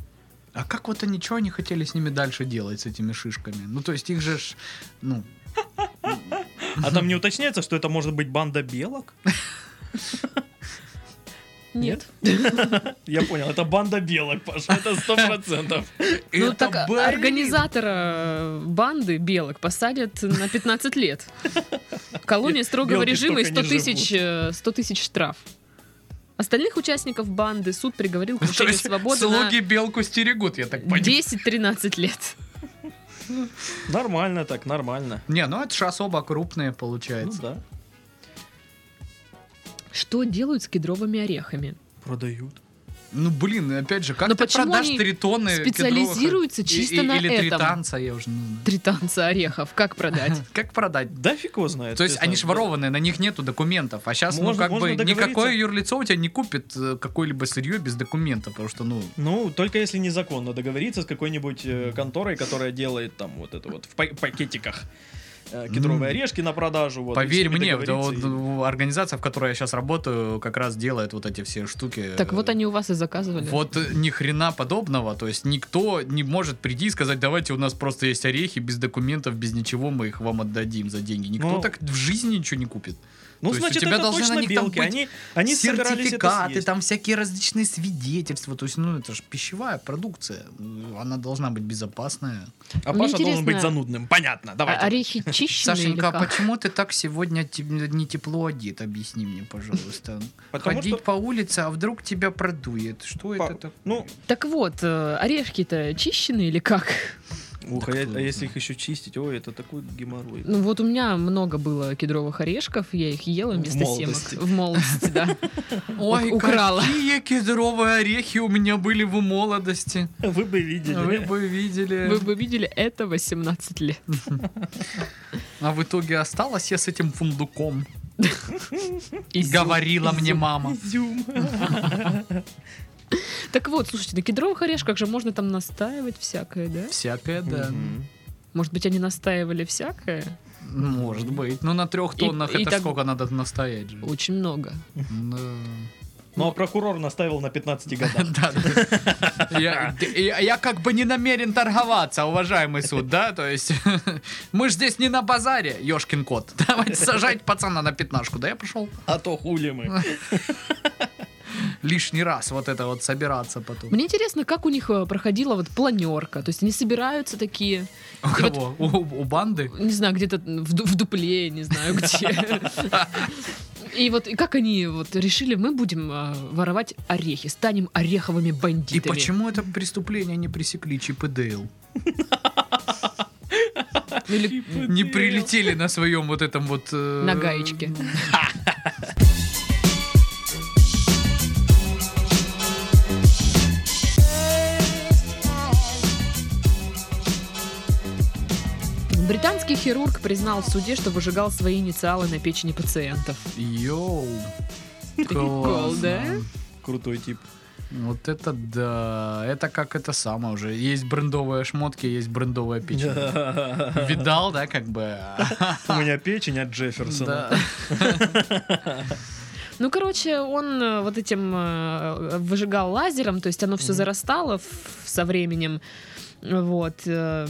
A: А как вот они, что они хотели с ними дальше делать, с этими шишками? Ну, то есть их же, ж, ну,
C: А там не уточняется, что это может быть банда белок?
B: Нет.
C: Я понял, это банда белок, Паша, это сто процентов.
B: Ну
A: это
B: так а,
A: блин!
B: организатора э, банды белок посадят на 15 лет. Колония строгого
C: Белки
B: режима и 100
C: только не
B: тысяч, э, 100 тысяч штраф. Остальных участников банды суд приговорил к
A: Ну, То
B: лишению
A: есть
B: свободы на
A: слуги белку стерегут, я так понимаю.
B: 10-13 лет.
C: Нормально так, нормально.
A: Не, ну это же особо крупные
C: Ну
A: получается.
C: да.
B: Что делают с кедровыми орехами?
C: Продают.
A: Ну блин, опять же, как
B: Но
A: ты
B: почему
A: продашь
B: они
A: три тонны кедровых-
B: специализируются
A: и-
B: чисто
A: и-
B: на
A: Или три
B: этом?
A: танца, я уже не знаю.
B: Три танца орехов. Как продать?
A: Как продать?
C: Да фиг его знает.
A: То есть
C: честно.
A: они ж ворованные, на них нету документов. А сейчас, ну,
C: Можно-
A: как
C: можно
A: бы,
C: договориться.
A: никакое юрлицо у тебя не купит э, какое-либо сырье без документа, потому что, ну,
C: Ну, только если незаконно договориться с какой-нибудь э, конторой, которая делает там вот это вот в па- пакетиках э, кедровые
A: М.
C: орешки на продажу. вот, и
A: Поверь
C: с ними
A: мне, да вот,
C: договориться, и-
A: ну, организация, в которой я сейчас работаю, как раз делает вот эти все штуки. э,
B: Так вот они у вас и заказывали.
A: Вот э, ни хрена подобного, то есть никто не может прийти и сказать, давайте у нас просто есть орехи без документов, без ничего, мы их вам отдадим за деньги. Никто
C: Ну,
A: так в жизни ничего не купит.
C: Ну,
A: то есть у
C: значит,
A: тебя
C: это
A: должны на
C: точно
A: них там
C: белки.
A: быть
C: Они, они собирались это
A: Сертификаты,
C: съесть.
A: там всякие различные свидетельства, то есть, ну, это же пищевая продукция, м, она должна быть безопасная.
C: А
B: Мне
C: Паша должен быть
B: интересно,
C: занудным. Понятно,
B: А-
C: давайте.
B: Орехи чищеные или
A: Сашенька, а
B: как?
A: почему ты так сегодня те- не тепло одет? Объясни мне, пожалуйста.
C: Потому
A: Ходить
C: что-
A: по улице, а вдруг тебя продует? Что
C: Па-
A: это такое?
C: ну,
B: Так вот, э, орешки-то чищеные или как?
C: Ух, а,
A: Так
C: я-
A: кто
C: а
A: его
C: если
A: знает.
C: их еще чистить, ой, это такой геморрой.
B: Ну вот у меня много было кедровых орешков, я их ела
C: В
B: вместо
C: молодости.
B: семок. В молодости, да.
A: Ой,
B: украла.
A: какие кедровые орехи у меня были в молодости.
C: Вы бы видели.
A: Вы бы видели.
B: Вы бы видели, это 18 лет.
A: А в итоге осталась я с этим фундуком.
B: Изюм,
A: Говорила мне
B: изюм.
A: мама.
C: Изюм.
B: Так вот, слушайте, на кедровых орешках же можно там настаивать всякое, да?
A: Всякое, да.
C: Мгм.
B: Может быть, они настаивали всякое?
A: Может быть. Ну, на трех
B: И-
A: тоннах
B: и
A: это
B: так-
A: сколько надо настоять же.
B: Очень много.
A: Да.
C: Ну, а прокурор наставил на 15 годах.
A: Да, да. Я, я- я как бы не намерен торговаться, уважаемый суд, да? То есть мы ж здесь не на базаре, ёшкин кот. Давайте сажать пацана на пятнашку. Да я пошел
C: А то хули мы.
A: лишний раз вот это вот собираться потом.
B: Мне интересно, как у них э, проходила вот планерка. То есть они собираются такие,
A: У кого? У, у банды?
B: не знаю, где-то в, ду- в дупле, не знаю где. И вот и как они вот решили, мы будем э, воровать орехи, станем ореховыми бандитами.
A: И почему это преступление не пресекли Чип и Дейл?
B: Или-
A: Не прилетели на своем вот этом вот... э,
B: На гаечке. Британский хирург признал в суде, что выжигал свои инициалы на печени пациентов.
A: Йоу.
B: Прикол,
A: Классно.
B: да?
C: Крутой тип.
A: Вот это да. Это как это самое уже. Есть брендовые шмотки, есть брендовая печень.
C: У
A: Видал, да, как бы.
C: меня печень от Джефферсона.
A: Да.
B: Ну, короче, он э, вот этим э, выжигал лазером, то есть оно все
C: Мгм.
B: зарастало в- со временем. Вот. э,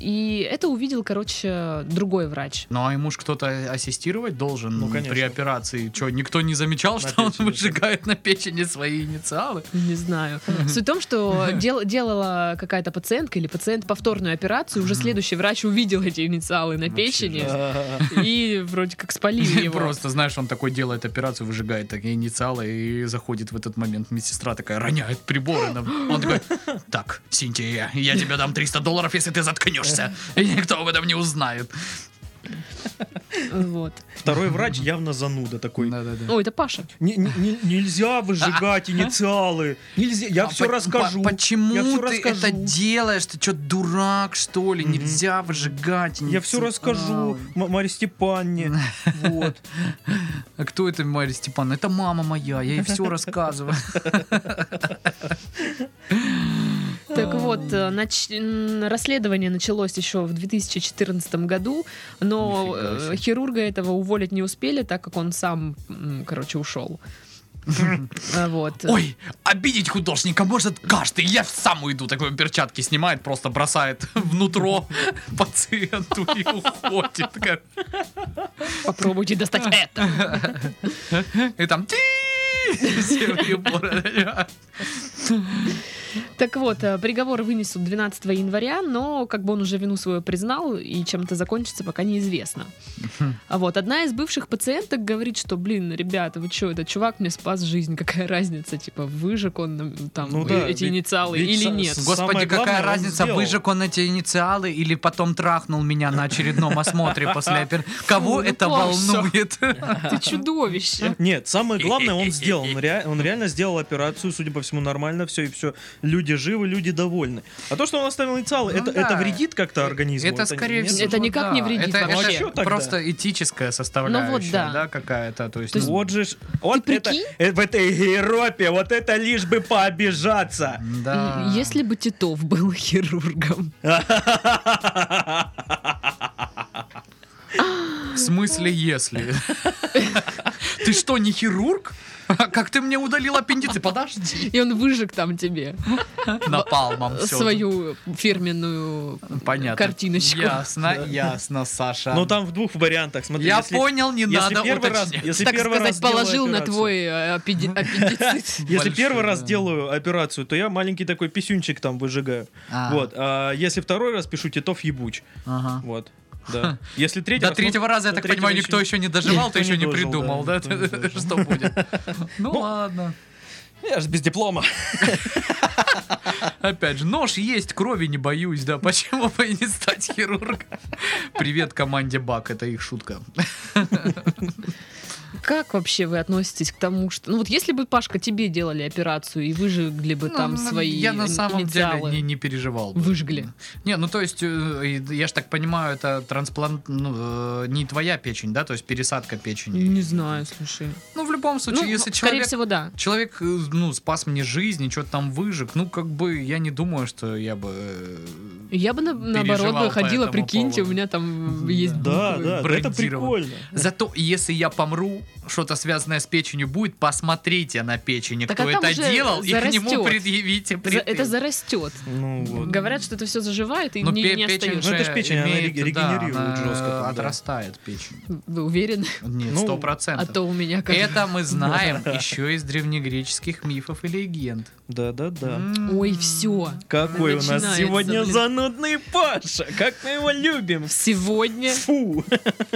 B: И это увидел, короче, другой врач.
A: Ну а ему ж кто-то ассистировать должен
C: Ну,
A: м,
C: конечно.
A: при операции. Че, никто не замечал,
C: На
A: что он
C: печени, да.
A: выжигает на печени свои инициалы?
B: Не знаю. Суть в том, что дел- делала какая-то пациентка или пациент повторную операцию, уже
A: Мгм.
B: следующий врач увидел эти инициалы на
A: Вообще
B: печени
C: А,
B: и вроде как спалили его.
A: Просто, знаешь, он такой делает операцию, выжигает такие инициалы и заходит в этот момент. Медсестра такая роняет приборы. на- Он такой, так, Синтия, я тебе дам 300 долларов, если ты заткнешься. И никто об этом не узнает.
B: Вот.
C: Второй врач явно зануда такой.
A: Да-да-да.
B: О, это Паша.
C: Не- не- не- Нельзя выжигать инициалы. Нельзя. Я
A: А
C: все
A: по-
C: расскажу.
A: по- почему
C: Я всё
A: ты
C: расскажу.
A: это делаешь? Ты что, дурак, что ли?
C: Мгм.
A: Нельзя выжигать.
C: Я все
A: инициалы.
C: расскажу М- Марье Степанне. Вот.
A: А кто это Марья Степановна? Это мама моя, я ей все рассказываю.
B: Так вот, э, нач- м, расследование началось еще в 2014 году, но
A: Нифига
B: э,
A: себе.
B: хирурга этого уволить не успели, так как он сам, м, короче, ушел. А Вот.
A: Ой, обидеть художника может каждый. Я сам уйду. Такой перчатки снимает, просто бросает внутрь пациенту и уходит. Такая,
B: Попробуйте достать это.
A: И там «Ти!» все приборы.
B: Так вот, э, приговор вынесут 12 января, но как бы он уже вину свою признал, и чем это закончится, пока неизвестно. А вот одна из бывших пациенток говорит, что, блин, ребята, вы что, этот чувак мне спас жизнь, какая разница, типа, выжег он нам там
C: Ну
B: э,
C: да,
B: эти
C: ведь-
B: инициалы
C: ведь
B: или
C: са-
B: нет.
C: с-
A: Господи,
C: Самое главное,
A: какая
C: он
A: разница,
C: сделал.
A: выжег он эти инициалы или потом трахнул меня на очередном осмотре после опер... Кого
B: ну
A: это
B: класс, всё.
A: волнует?
B: Ты чудовище.
C: Нет, самое главное он сделал. Он, ре- он реально сделал операцию, судя по всему, нормально все и все. Люди живы, люди довольны. А то, что он оставил инициалы,
A: Ну
C: это,
A: да.
C: это вредит как-то организму?
A: Это, скорее
C: нет?
A: всего,
B: Это никак не
A: да.
B: вредит
A: это,
B: вообще. Ну
A: это
C: Ну, а чё тогда?
A: просто этическая составляющая,
B: да.
A: да, какая-то. То есть,
B: То есть-
A: ну,
C: Вот же ж- вот это,
B: прикинь?
C: э, в этой Европе, вот это лишь бы пообижаться.
A: да.
B: И Если бы Титов был хирургом.
A: В смысле, если? Ты что, не хирург? А Как ты мне удалил аппендицы? Подожди.
B: И он выжег там тебе
A: Напалмом все.
B: свою фирменную
A: Понятно.
B: картиночку.
A: Ясно, ясно, Саша.
C: Но Ну, там в двух вариантах, смотри.
A: Я
C: если-
A: понял, не
C: если
A: надо
C: первый раз-
A: уточнять.
C: если
B: так
C: первый раз
B: сказать, положил
C: делаю
B: на
C: операцию-
B: твой э, аппенди- аппендицит.
C: Если
A: Большой,
C: первый раз
A: да.
C: делаю операцию, то я маленький такой писюнчик там выжигаю.
A: А,
C: Вот. А если второй раз пишу Титов ебуч.
A: ага.
C: Вот. Да. Если третий
A: До
C: раз, ну,
A: третьего раза, я
C: до
A: так
C: третьего
A: понимаю, никто еще не доживал, ты
C: Никто
A: еще
C: не
A: не
C: дожил,
A: придумал,
C: да,
A: да?
C: никто не дожил.
A: Что будет? Ну ладно. Ну,
C: Я же без диплома.
A: Опять же, нож есть, крови не боюсь, да, почему бы и не стать хирургом? Привет команде Бак, это их шутка.
B: Как вообще вы относитесь к тому, что... Ну вот если бы, Пашка, тебе делали операцию и выжигли бы там
A: Ну,
B: свои
A: Я на самом
B: инициалы?
A: деле не, не переживал. бы.
B: Выжгли.
A: Не, ну то есть, э, и- я же так понимаю, это трансплант, ну, э, не твоя печень, да, то есть пересадка печени.
B: Не знаю, слушай.
A: Ну, в любом случае,
B: ну,
A: если
B: скорее
A: человек...
B: всего, да.
A: Человек, э, ну, спас мне жизнь и что-то там выжег. Ну, как бы, я не думаю, что я бы... э,
B: Я бы, на- наоборот,
A: Переживал
B: бы ходила,
A: по этому
B: прикиньте,
A: поводу.
B: у меня там
A: Да.
B: есть...
C: Да,
B: буквы.
C: да, да, это
A: брендирован.
C: прикольно.
A: Зато, если я помру, что-то связанное с печенью будет, посмотрите на печени,
B: Так а
A: кто
B: там
A: это
B: уже
A: делал, и к нему
B: зарастет.
A: предъявите
B: За-
A: претензии.
B: это зарастет.
C: Ну вот.
B: Говорят, что это все заживает и
A: Но
B: не,
A: пе-
B: не
A: печень
B: остаёшься.
C: Ну, это ж печень, она
A: имеет,
C: рег-
A: да,
C: регенерирует
A: она
C: жестко там, да.
A: Отрастает печень.
B: Вы уверены?
A: Нет,
C: Ну,
A: сто
B: А
A: процентов.
B: то у меня как...
A: Это мы знаем еще из древнегреческих мифов и легенд.
C: Да, да, да.
A: М.
B: Ой, все.
C: Какой у нас
B: Начинается,
C: сегодня
B: блин.
C: занудный Паша! Как мы его любим!
B: Сегодня...
C: Фу!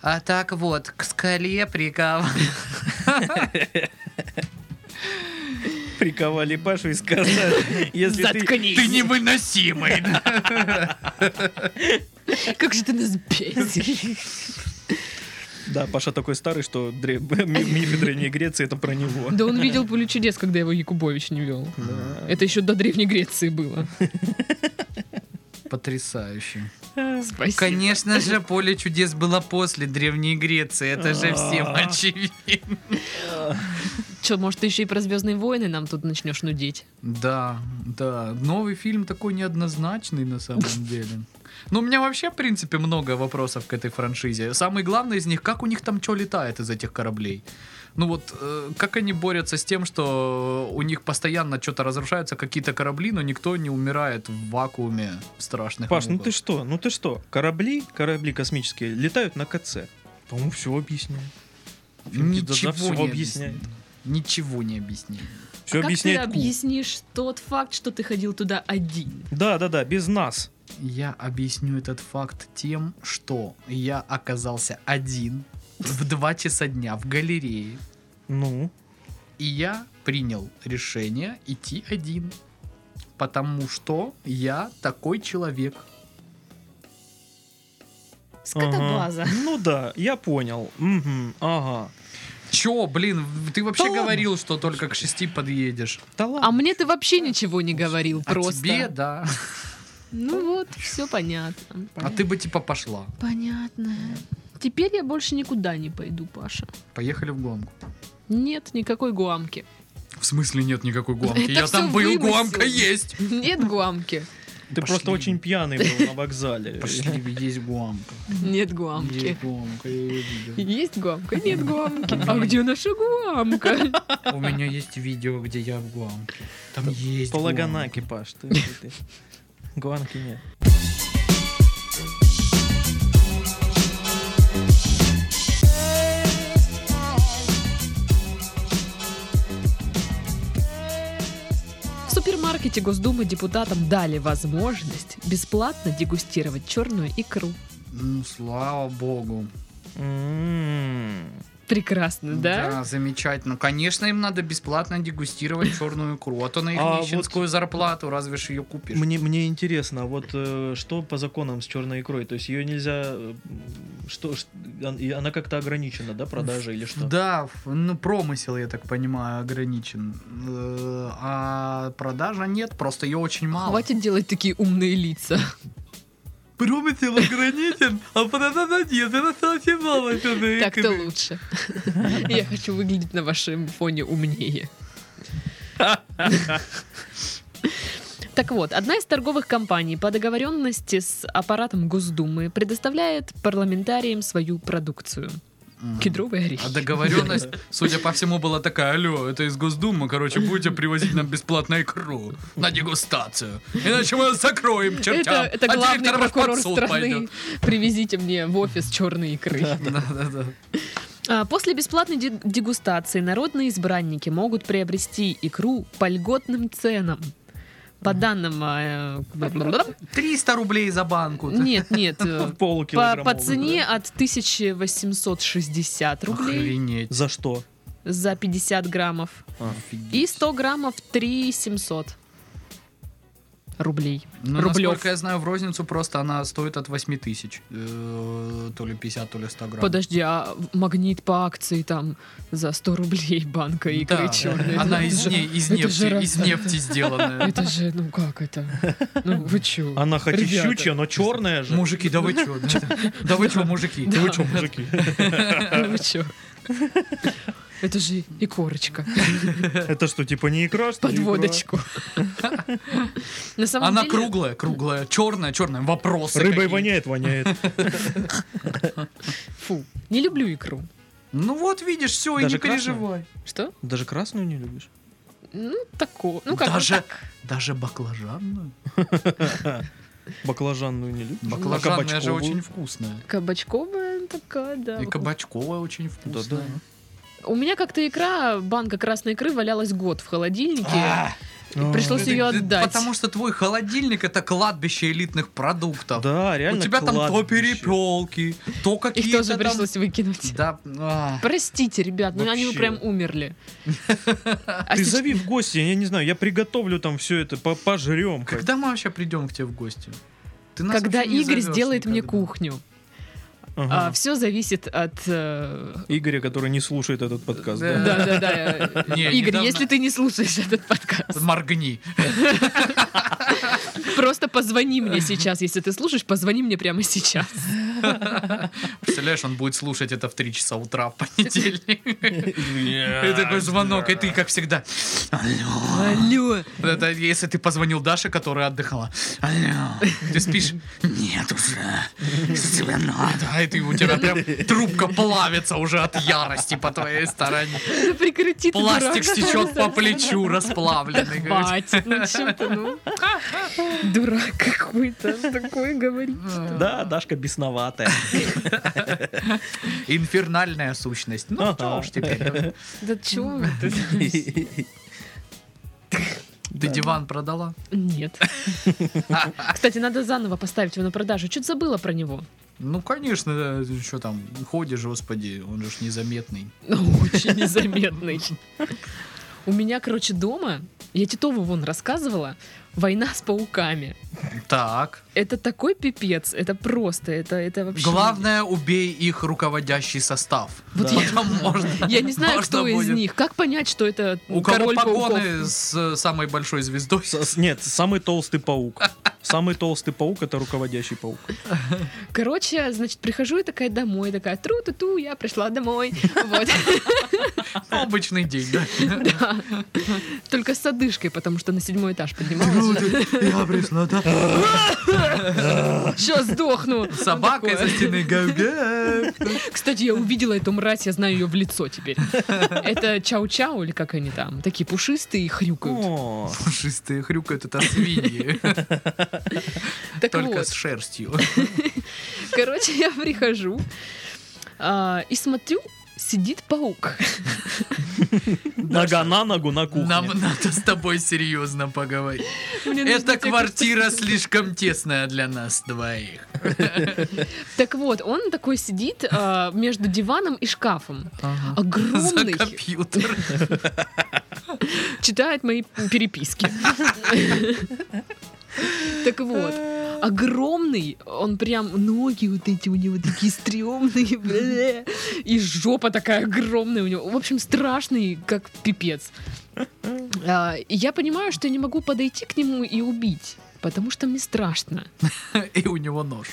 A: А так вот, к скале прикав.
C: Приковали Пашу и сказали, если ты...
B: Заткнись.
A: Ты невыносимый.
B: Как же ты нас бесишь.
C: Да, Паша такой старый, что дре- ми- мифы Древней Греции это про него.
B: Да он видел «Поле чудес», когда его Якубович не вел.
C: Да.
B: Это еще до Древней Греции было.
A: Потрясающе.
B: Спасибо.
A: Конечно же, поле чудес было после Древней Греции. Это же всем
C: А.
A: очевидно.
B: Че, может, ты еще и про Звездные войны нам тут начнешь нудить?
A: Да, да. Новый фильм такой неоднозначный на самом деле. Ну, у меня вообще, в принципе, много вопросов к этой франшизе. Самый главный из них, как у них там что летает из этих кораблей? Ну вот, э, как они борются с тем, что у них постоянно что-то разрушаются какие-то корабли, но никто не умирает в вакууме страшных
C: Паш, ну
A: муках?
C: ты что? Ну ты что? Корабли, корабли космические летают на КЦ. По-моему, все объяснил. Фильм Кидзадза всё
A: не
C: объясняет.
A: объясняет. Ничего не объясняет.
B: а как ты
C: Все объясняет Ку.
B: объяснишь тот факт, что ты ходил туда один?
C: Да, да, да, без нас.
A: Я объясню этот факт тем, что я оказался один в 2 часа дня в галерее,
C: Ну,
A: и я принял решение идти один. Потому что я такой человек.
B: Скотобаза.
C: ага. Ну да, я понял. Мгм, ага.
A: Чё, блин, ты вообще
C: Да ладно.
A: говорил, что только к шести подъедешь.
C: Да ладно.
B: А мне ты вообще ничего не говорил,
A: А
B: просто.
A: тебе, да.
B: Ну вот, все понятно.
A: А ты бы типа пошла.
B: Понятно. Теперь я больше никуда не пойду, Паша.
A: Поехали в гонку.
B: Нет никакой гуамки.
A: В смысле нет никакой гонки?
B: Это
A: Я там
B: всё
A: был,
B: вымысел.
A: гуамка есть.
B: Нет гуамки.
C: Ты
A: Пошли.
C: просто очень пьяный был на вокзале.
A: Пошли, есть гуамка.
B: Нет гуамки.
A: Есть гуамка, я её видел.
B: Есть гуамка? Нет гуамки. А где наша гуамка?
A: У меня есть видео, где я в Гуамке. Там есть
C: Полаганаки, Паш. ты- ты- ты. Гуанки нет.
B: В супермаркете Госдумы депутатам дали возможность бесплатно дегустировать черную икру.
A: Гуамка. Ну, слава богу.
C: М.
B: Прекрасно, да?
A: Да, замечательно. Конечно, им надо бесплатно дегустировать черную икру, а то на их
C: А
A: нищенскую зарплату разве ж ее купишь.
C: Мне, мне интересно, а вот э, что по законам с черной икрой? То есть ее нельзя... э, Что, ш- он- и она как-то ограничена, да, продажа или что?
A: Да, ф- ну промысел, я так понимаю, ограничен. Э, А продажа нет, просто ее очень мало.
B: Хватит делать такие умные лица.
A: Промысел ограничен, а продажа нет, это совсем мало черной
B: Так-то лучше. Я хочу выглядеть на вашем фоне умнее. Так вот, одна из торговых компаний по договоренности с аппаратом Госдумы предоставляет парламентариям свою продукцию. Кедровые орехи.
A: А договоренность, судя по всему, была такая, алло, это из Госдумы, короче, будете привозить нам бесплатно икру на дегустацию, иначе мы вас закроем к
B: Это,
A: чертям,
B: это
A: а
B: главный
A: директор в
B: прокурор
A: подсол
B: страны.
A: пойдет».
B: Привезите мне в офис черные икры.
A: Да-да-да.
B: А, После бесплатной де- дегустации народные избранники могут приобрести икру по льготным ценам. По данным... э,
A: 300 рублей за банку.
B: Нет, нет.
A: Ну,
B: э, По,
C: Полукилограммовый,
B: по
C: да?
B: цене от 1860 рублей
A: Охренеть.
C: За что?
B: за 50 граммов и 100 граммов 3700 рублей.
A: Ну,
B: Рублев.
A: насколько я знаю, в розницу просто она стоит от 8 тысяч. Э, То ли 50, то ли 100 грамм.
B: Подожди, а магнит по акции там за 100 рублей банка икры
A: Да,
B: черной?
A: Она из, ней, из,
B: это же
A: нефти,
B: раз-
A: из нефти сделанная.
B: Это же, ну как это? Ну вы чё?
C: Она хоть и
B: Ребята.
C: щучья, но черная же.
A: Мужики, да вы чё? Да вы чё, мужики? Да вы чё,
C: мужики?
B: Ну вы чё? Это же и корочка
C: Это что, типа не икра, что ли,
B: под
C: икра?
B: водочку. На самом
A: Она
B: деле-
A: круглая, круглая, черная, черная. Вопросы.
C: Рыбой
A: какие.
C: воняет, воняет.
B: Фу, не люблю икру.
A: Ну вот видишь, все, и
C: Даже
A: не переживай.
B: Что?
C: Даже красную не любишь?
B: Ну, такого. Ну, как
A: даже,
B: вот так.
A: даже баклажанную.
C: Баклажанную не любишь?
A: Баклажанная же
C: Ну, Кабачковую?
A: очень вкусная.
B: Кабачковая такая, да.
A: И кабачковая очень вкусная.
B: У меня как-то икра, банка красной икры валялась год в холодильнике.
A: А,
C: А.
B: Пришлось
A: ты-
B: ее
A: ты-
B: отдать.
A: Потому что твой холодильник это кладбище элитных продуктов.
C: Да, реально
A: У тебя там то
C: кладбище.
A: перепелки, то
B: Их
A: какие-то
B: тоже
A: там-
B: пришлось выкинуть.
A: Да, а,
B: Простите, ребят, ну они бы
C: Вообще.
B: прям умерли. А
C: Ты
B: сейчас-
C: зови в гости, я не знаю, я приготовлю там все это, по- пожрем. как.
A: Когда мы вообще придем к тебе в гости? Ты нас
B: Когда
A: вообще не
B: Игорь
A: зовёшь
B: сделает мне
A: никогда.
B: кухню.
C: Ага.
B: все зависит от... э,
C: Игоря, который не слушает этот подкаст.
A: Да.
C: да?
B: Да-да-да.
A: Э, Не,
B: Игорь,
A: недавно-
B: если ты не слушаешь этот подкаст,
A: Моргни.
B: просто позвони мне сейчас. Если ты слушаешь, позвони мне прямо сейчас.
A: Представляешь, он будет слушать это в 3 часа утра в понедельник. И
C: И
A: такой звонок, и ты, как всегда, алло.
B: Алло.
A: Вот Это если ты позвонил Даше, которая отдыхала. Алло, ты спишь? Нет уже, что тебе надо? И ты, у тебя прям трубка плавится уже от ярости по твоей стороне.
B: Да прекрати ты,
A: Пластик
B: дурак.
A: стечет по плечу расплавленный. короче.
B: Хватит, ну чё ты, ну. Дурак какой-то, он такое говорит.
C: Да, Дашка бесноватая.
A: Инфернальная сущность. Ну,
C: Ага.
A: что уж теперь.
B: Да чё это?
A: Ты диван продала?
B: Нет. Кстати, надо заново поставить его на продажу. Чуть забыла про него.
A: Ну, конечно, что там, ходишь, господи, он же ж незаметный.
B: Очень незаметный. У меня, короче, дома, я Титову вон рассказывала, война с пауками.
A: Так,
B: Это такой пипец, это просто, это, это вообще...
A: главное, убей их руководящий состав.
B: Вот
C: Да.
A: Потом можно...
B: Я не знаю,
A: можно
B: кто из
A: будет.
B: них. Как понять, что это
A: У кого
B: король пауков?
A: погоны с э, самой большой звездой?
C: С- Нет, самый толстый паук. Самый толстый паук это руководящий паук.
B: Короче, значит, прихожу и такая домой, такая тру-ту-ту, я пришла домой. Вот,
A: Обычный день, да?
B: да. Только с одышкой, потому что на седьмой этаж поднималась.
A: Я пришла, да?
B: Сейчас сдохну. Ну,
A: Собака
B: такое.
A: из-за стены гав-гав.
B: Кстати, я увидела эту мразь, я знаю ее в лицо теперь. Это чау-чау или как они там? Такие пушистые и хрюкают.
C: О,
A: Пушистые хрюкают, это свиньи.
B: Так
A: Только
B: вот,
A: с шерстью.
B: короче, я прихожу а, и смотрю, сидит паук.
C: Нога на ногу на
A: Нам
C: кухне.
A: надо с тобой серьезно поговорить.
B: Мне нужно
A: Эта
B: тебе
A: квартира слишком тесная для нас двоих.
B: Так вот, он такой сидит а, между диваном и шкафом.
A: За
B: Огромный.
A: компьютер.
B: Читает мои переписки. Так вот. Огромный, он прям ноги вот эти у него такие стрёмные, бля, и жопа такая огромная у него. В общем, страшный, как пипец. А, и я понимаю, что я не могу подойти к нему и убить, потому что мне страшно.
A: И у него нож.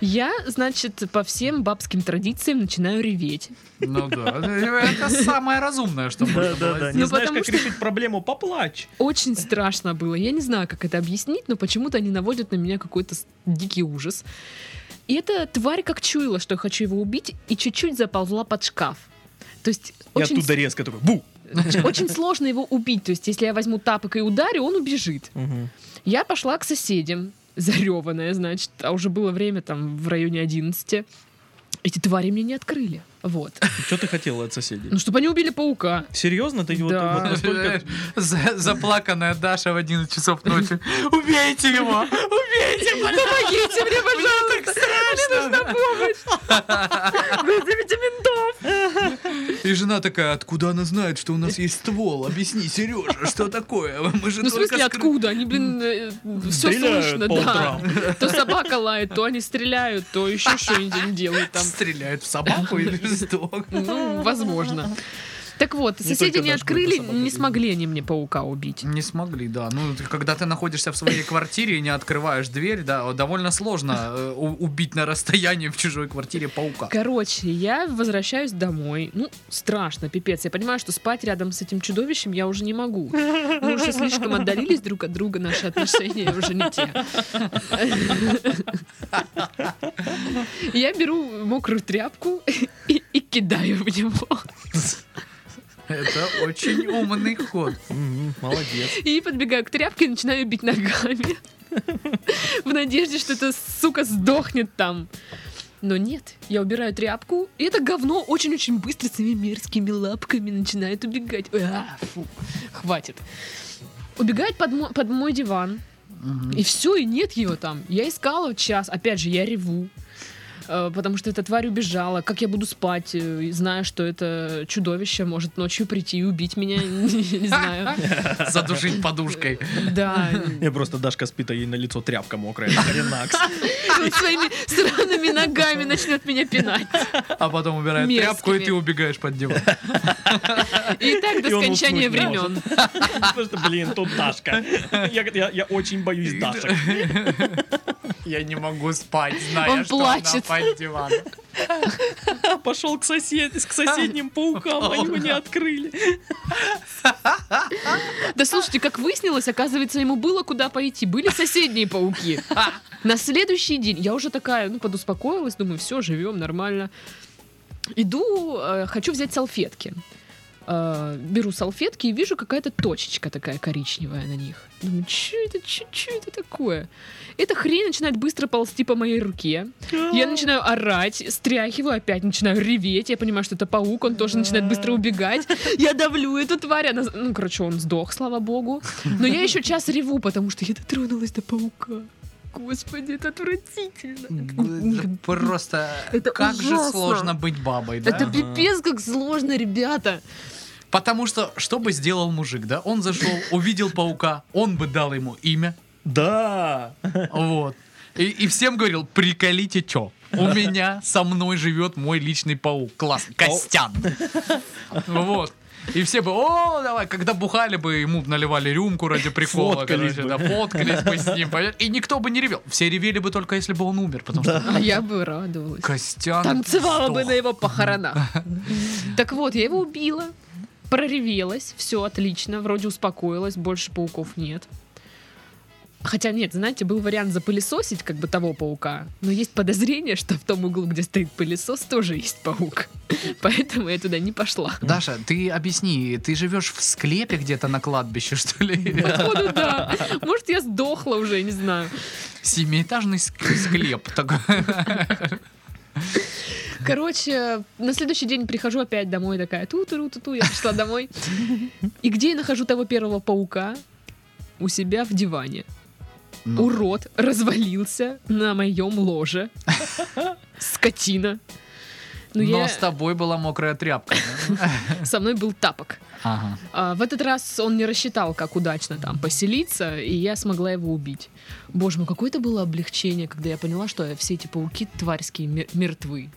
B: Я, значит, по всем бабским традициям начинаю реветь.
A: Ну да. Это самое разумное, что
C: Да,
A: можно
C: да,
A: было
C: да.
A: сделать.
C: Не
B: Ну,
C: знаешь,
B: потому
C: как
B: что-
C: решить проблему? Поплачь.
B: Очень страшно было. Я не знаю, как это объяснить, но почему-то они наводят на меня какой-то с- дикий ужас. И эта тварь как чуяла, что я хочу его убить, и чуть-чуть заползла под шкаф. То есть
C: И
B: очень,
C: оттуда резко такой бу.
B: с- очень сложно его убить. То есть если я возьму тапок и ударю, он убежит. Я пошла к соседям, зареванная, значит, а уже было время там в районе 11. Эти твари мне не открыли. Вот.
C: Что ты хотела от соседей?
B: Ну, чтобы они убили паука.
C: Серьезно, ты вот
B: Да.
A: А
C: вот настолько
A: За- Заплаканная Даша в 11 часов ночи. Убейте его! Убейте!
B: Помогите мне, пожалуйста!
A: Так страшно!
B: Вызовите ментов!
A: И жена такая, откуда она знает, что у нас есть ствол? Объясни, Сережа, что такое? Мы же
B: Ну, в
A: только
B: смысле,
A: скры-
B: откуда? Они, блин, все
C: Стреляют
B: слышно,
C: по
B: да. То собака лает, то они стреляют, то еще что-нибудь делают там.
A: Стреляют в собаку или что?
B: Ну, возможно. Так вот,
C: Не
B: соседи
C: только
B: не
C: Дашка,
B: открыли,
C: это собака.
B: не смогли они мне паука убить.
A: Не смогли, да. Ну, ты- когда ты находишься в своей квартире и не открываешь дверь, да, довольно сложно э, у- убить на расстоянии в чужой квартире паука.
B: Короче, я возвращаюсь домой. Ну, страшно, пипец. Я понимаю, что спать рядом с этим чудовищем я уже не могу. Мы уже слишком отдалились друг от друга, наши отношения уже не те. Я беру мокрую тряпку и, и кидаю в него.
A: Это очень умный ход.
C: Мгм, Молодец.
B: И подбегаю к тряпке и начинаю бить ногами. В надежде, что эта сука сдохнет там. Но нет, я убираю тряпку, и это говно очень-очень быстро своими мерзкими лапками начинает убегать. А, фу, хватит. Убегает под мой, под мой диван.
A: Мгм.
B: И все, и нет ее там. Я искала час. Опять же, я реву. э, потому что эта тварь убежала. Как я буду спать, э, зная, что это чудовище может ночью прийти и убить меня? Не знаю.
A: Задушить подушкой.
B: Да.
C: Я просто Дашка спит, а ей на лицо тряпка мокрая. нахрен Накс.
B: Он своими странными ногами начнет меня пинать.
A: А потом убирает
B: Мерзкими.
A: тряпку, и ты убегаешь под диван.
B: И так до
C: И он
B: скончания
C: уснуть не
B: времен.
C: Потому что, блин, тут Дашка. Я- Я я очень боюсь Дашек.
A: Я не могу спать, зная,
B: Он
A: что она
B: плачет.
A: под диваном.
C: Пошел к, сосед... к соседним паукам, они его не открыли.
B: Да слушайте, как выяснилось, оказывается, ему было куда пойти. Были соседние пауки. А, На следующий день я уже такая, ну, подуспокоилась, думаю, все, живем нормально. Иду, э, хочу взять салфетки. Э, беру салфетки и вижу какая-то точечка такая коричневая на них. Думаю, что это, что это такое? Эта хрень начинает быстро ползти по моей руке. Я начинаю орать, стряхиваю, опять начинаю реветь. Я понимаю, что это паук, он тоже начинает быстро убегать. Я давлю эту тварь, она... Ну, короче, он сдох, слава богу. Но я еще час реву, потому что я дотронулась до паука. Господи, это отвратительно.
A: Это Просто
B: Это
A: как же
B: ужасно.
A: сложно быть бабой, да?
B: Это пипец, как сложно, ребята.
A: Потому что что бы сделал мужик, да? Он зашел, увидел паука, он бы дал ему имя,
C: Да.
A: вот. И, и всем говорил, приколите чё. У меня со мной живет мой личный паук. Класс, Костян. Вот. И все бы, о, давай, когда бухали бы, ему б наливали рюмку ради прикола,
C: Фоткались
A: короче,
C: бы.
A: да, фоткались бы с ним, понятно? и никто бы не ревел. Все ревели бы только, если бы он умер, потому что
B: А я бы радовалась.
A: Костян
B: Танцевала бы
A: сдох.
B: на его похоронах. Так вот, я его убила, проревелась, все отлично, вроде успокоилась, больше пауков нет. Хотя нет, знаете, был вариант запылесосить как бы того паука, но есть подозрение, что в том углу, где стоит пылесос, тоже есть паук. Поэтому я туда не пошла.
A: Даша, ты объясни, ты живешь в склепе где-то на кладбище, что ли?
B: Походу, да. Может, я сдохла уже, не знаю.
A: Семиэтажный ск- склеп такой.
B: Короче, на следующий день прихожу опять домой, такая ту ту ту ту я пришла домой. И где я нахожу того первого паука? У себя в диване.
A: Ну.
B: Урод развалился на моем ложе. Скотина. Ну,
A: Но
B: я...
A: с тобой была мокрая тряпка. да?
B: Со мной был тапок.
A: Ага.
B: А, в этот раз он не рассчитал, как удачно там поселиться, и я смогла его убить. Боже мой, какое это было облегчение, когда я поняла, что все эти пауки тварские мер- мертвы.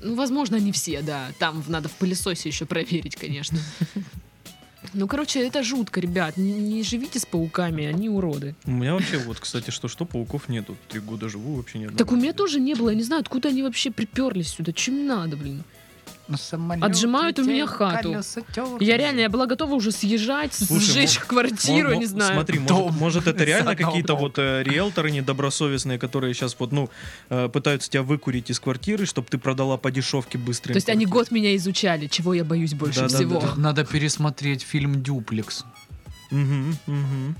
B: Ну, возможно, не все, да. Там в- надо в пылесосе еще проверить, конечно. Ну, короче, это жутко, ребят. Не, не живите с пауками, они уроды.
C: У меня вообще вот, кстати, что что пауков нету. Три года живу вообще нет.
B: Так у меня тоже не было. Я не знаю, откуда они вообще приперлись сюда. Чем не надо, блин?
A: Ну, самолет
B: Отжимают у меня
A: летел,
B: хату.
A: колеса терли.
B: Я реально, я была готова уже съезжать,
C: Слушай,
B: сжечь квартиру, не знаю.
C: Смотри,
A: Дом.
C: может, может, это реально
A: Задолбал.
C: какие-то вот э, риэлторы недобросовестные, которые сейчас вот, ну, э, пытаются тебя выкурить из квартиры, чтобы ты продала по дешевке быстренько.
B: То есть они год меня изучали, чего я боюсь больше
C: Да-да-да.
B: всего.
A: Тут Надо пересмотреть фильм «Дюплекс».
C: Мгм, мгм.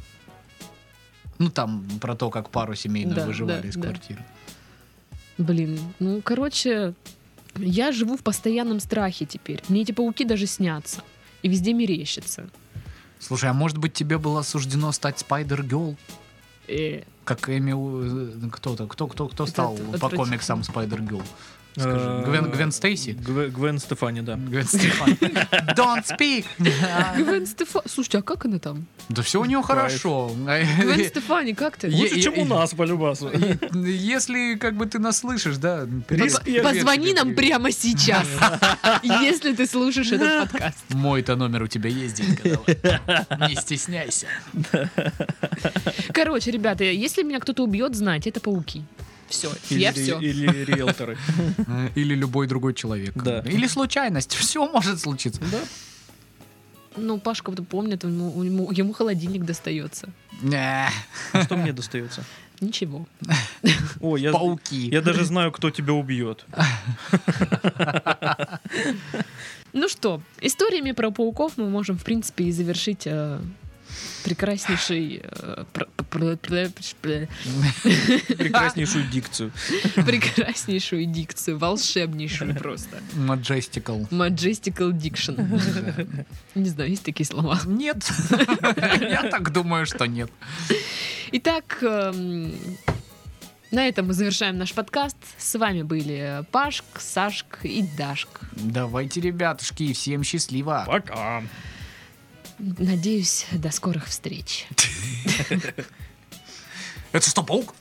A: Ну, там про то, как пару семейную
B: Да,
A: выживали
B: да,
A: из
B: да.
A: квартиры.
B: Блин, ну короче, я живу в постоянном страхе теперь. Мне эти пауки даже снятся. И везде мерещатся.
A: Слушай, а может быть тебе было суждено стать спайдер герл
B: Э,
A: Как Эми... У- э, Кто-то? Кто, кто, кто
B: Это
A: стал
B: от-
A: по
B: отвратительно.
A: комиксам спайдер герл
C: Э,
A: Скажи. Гвен, Гвен Стейси?
C: Гве- Гвен Стефани, да.
A: Гвен Стефани. Don't speak!
B: Гвен Стефани. Слушайте, а как она там?
A: Да все у него хорошо.
B: Гвен Стефани, как ты?
A: Е-
C: Лучше,
A: и-
C: чем у
A: и-
C: нас, по-любасу.
A: Если как бы ты нас слышишь, да?
C: Респект.
A: привет
B: Позвони
A: тебе,
B: нам
A: привет.
B: прямо сейчас, если ты слушаешь этот подкаст.
A: Мой-то номер у тебя есть, Динка, давай. Не стесняйся.
B: Короче, ребята, если меня кто-то убьет, знать, это пауки. Все,
C: Или
B: я
C: ри-
B: все.
C: Или риэлторы.
A: Или любой другой человек.
C: Да.
A: Или случайность. Все может случиться.
B: Ну, Пашка вот помнит, ему, ему- ему холодильник достается.
A: Э, Не,
C: А Что мне достается?
B: Ничего.
C: О, я...
A: Пауки.
C: Я даже знаю, кто тебя убьет.
B: Ну что, историями про пауков мы можем, в принципе, и завершить э, прекраснейший, э, пр- пр- пр- пр-
C: Прекраснейшую дикцию.
B: прекраснейшую дикцию, волшебнейшую просто.
A: Маджестикал.
B: Majestical diction. Не знаю, есть такие слова.
A: Нет. Я так думаю, что нет.
B: Итак, эм, На этом мы завершаем наш подкаст. С вами были Пашк, Сашк и Дашк.
A: Давайте, ребятушки, всем счастливо.
C: Пока.
B: Надеюсь, до скорых встреч.
A: Это что, паук?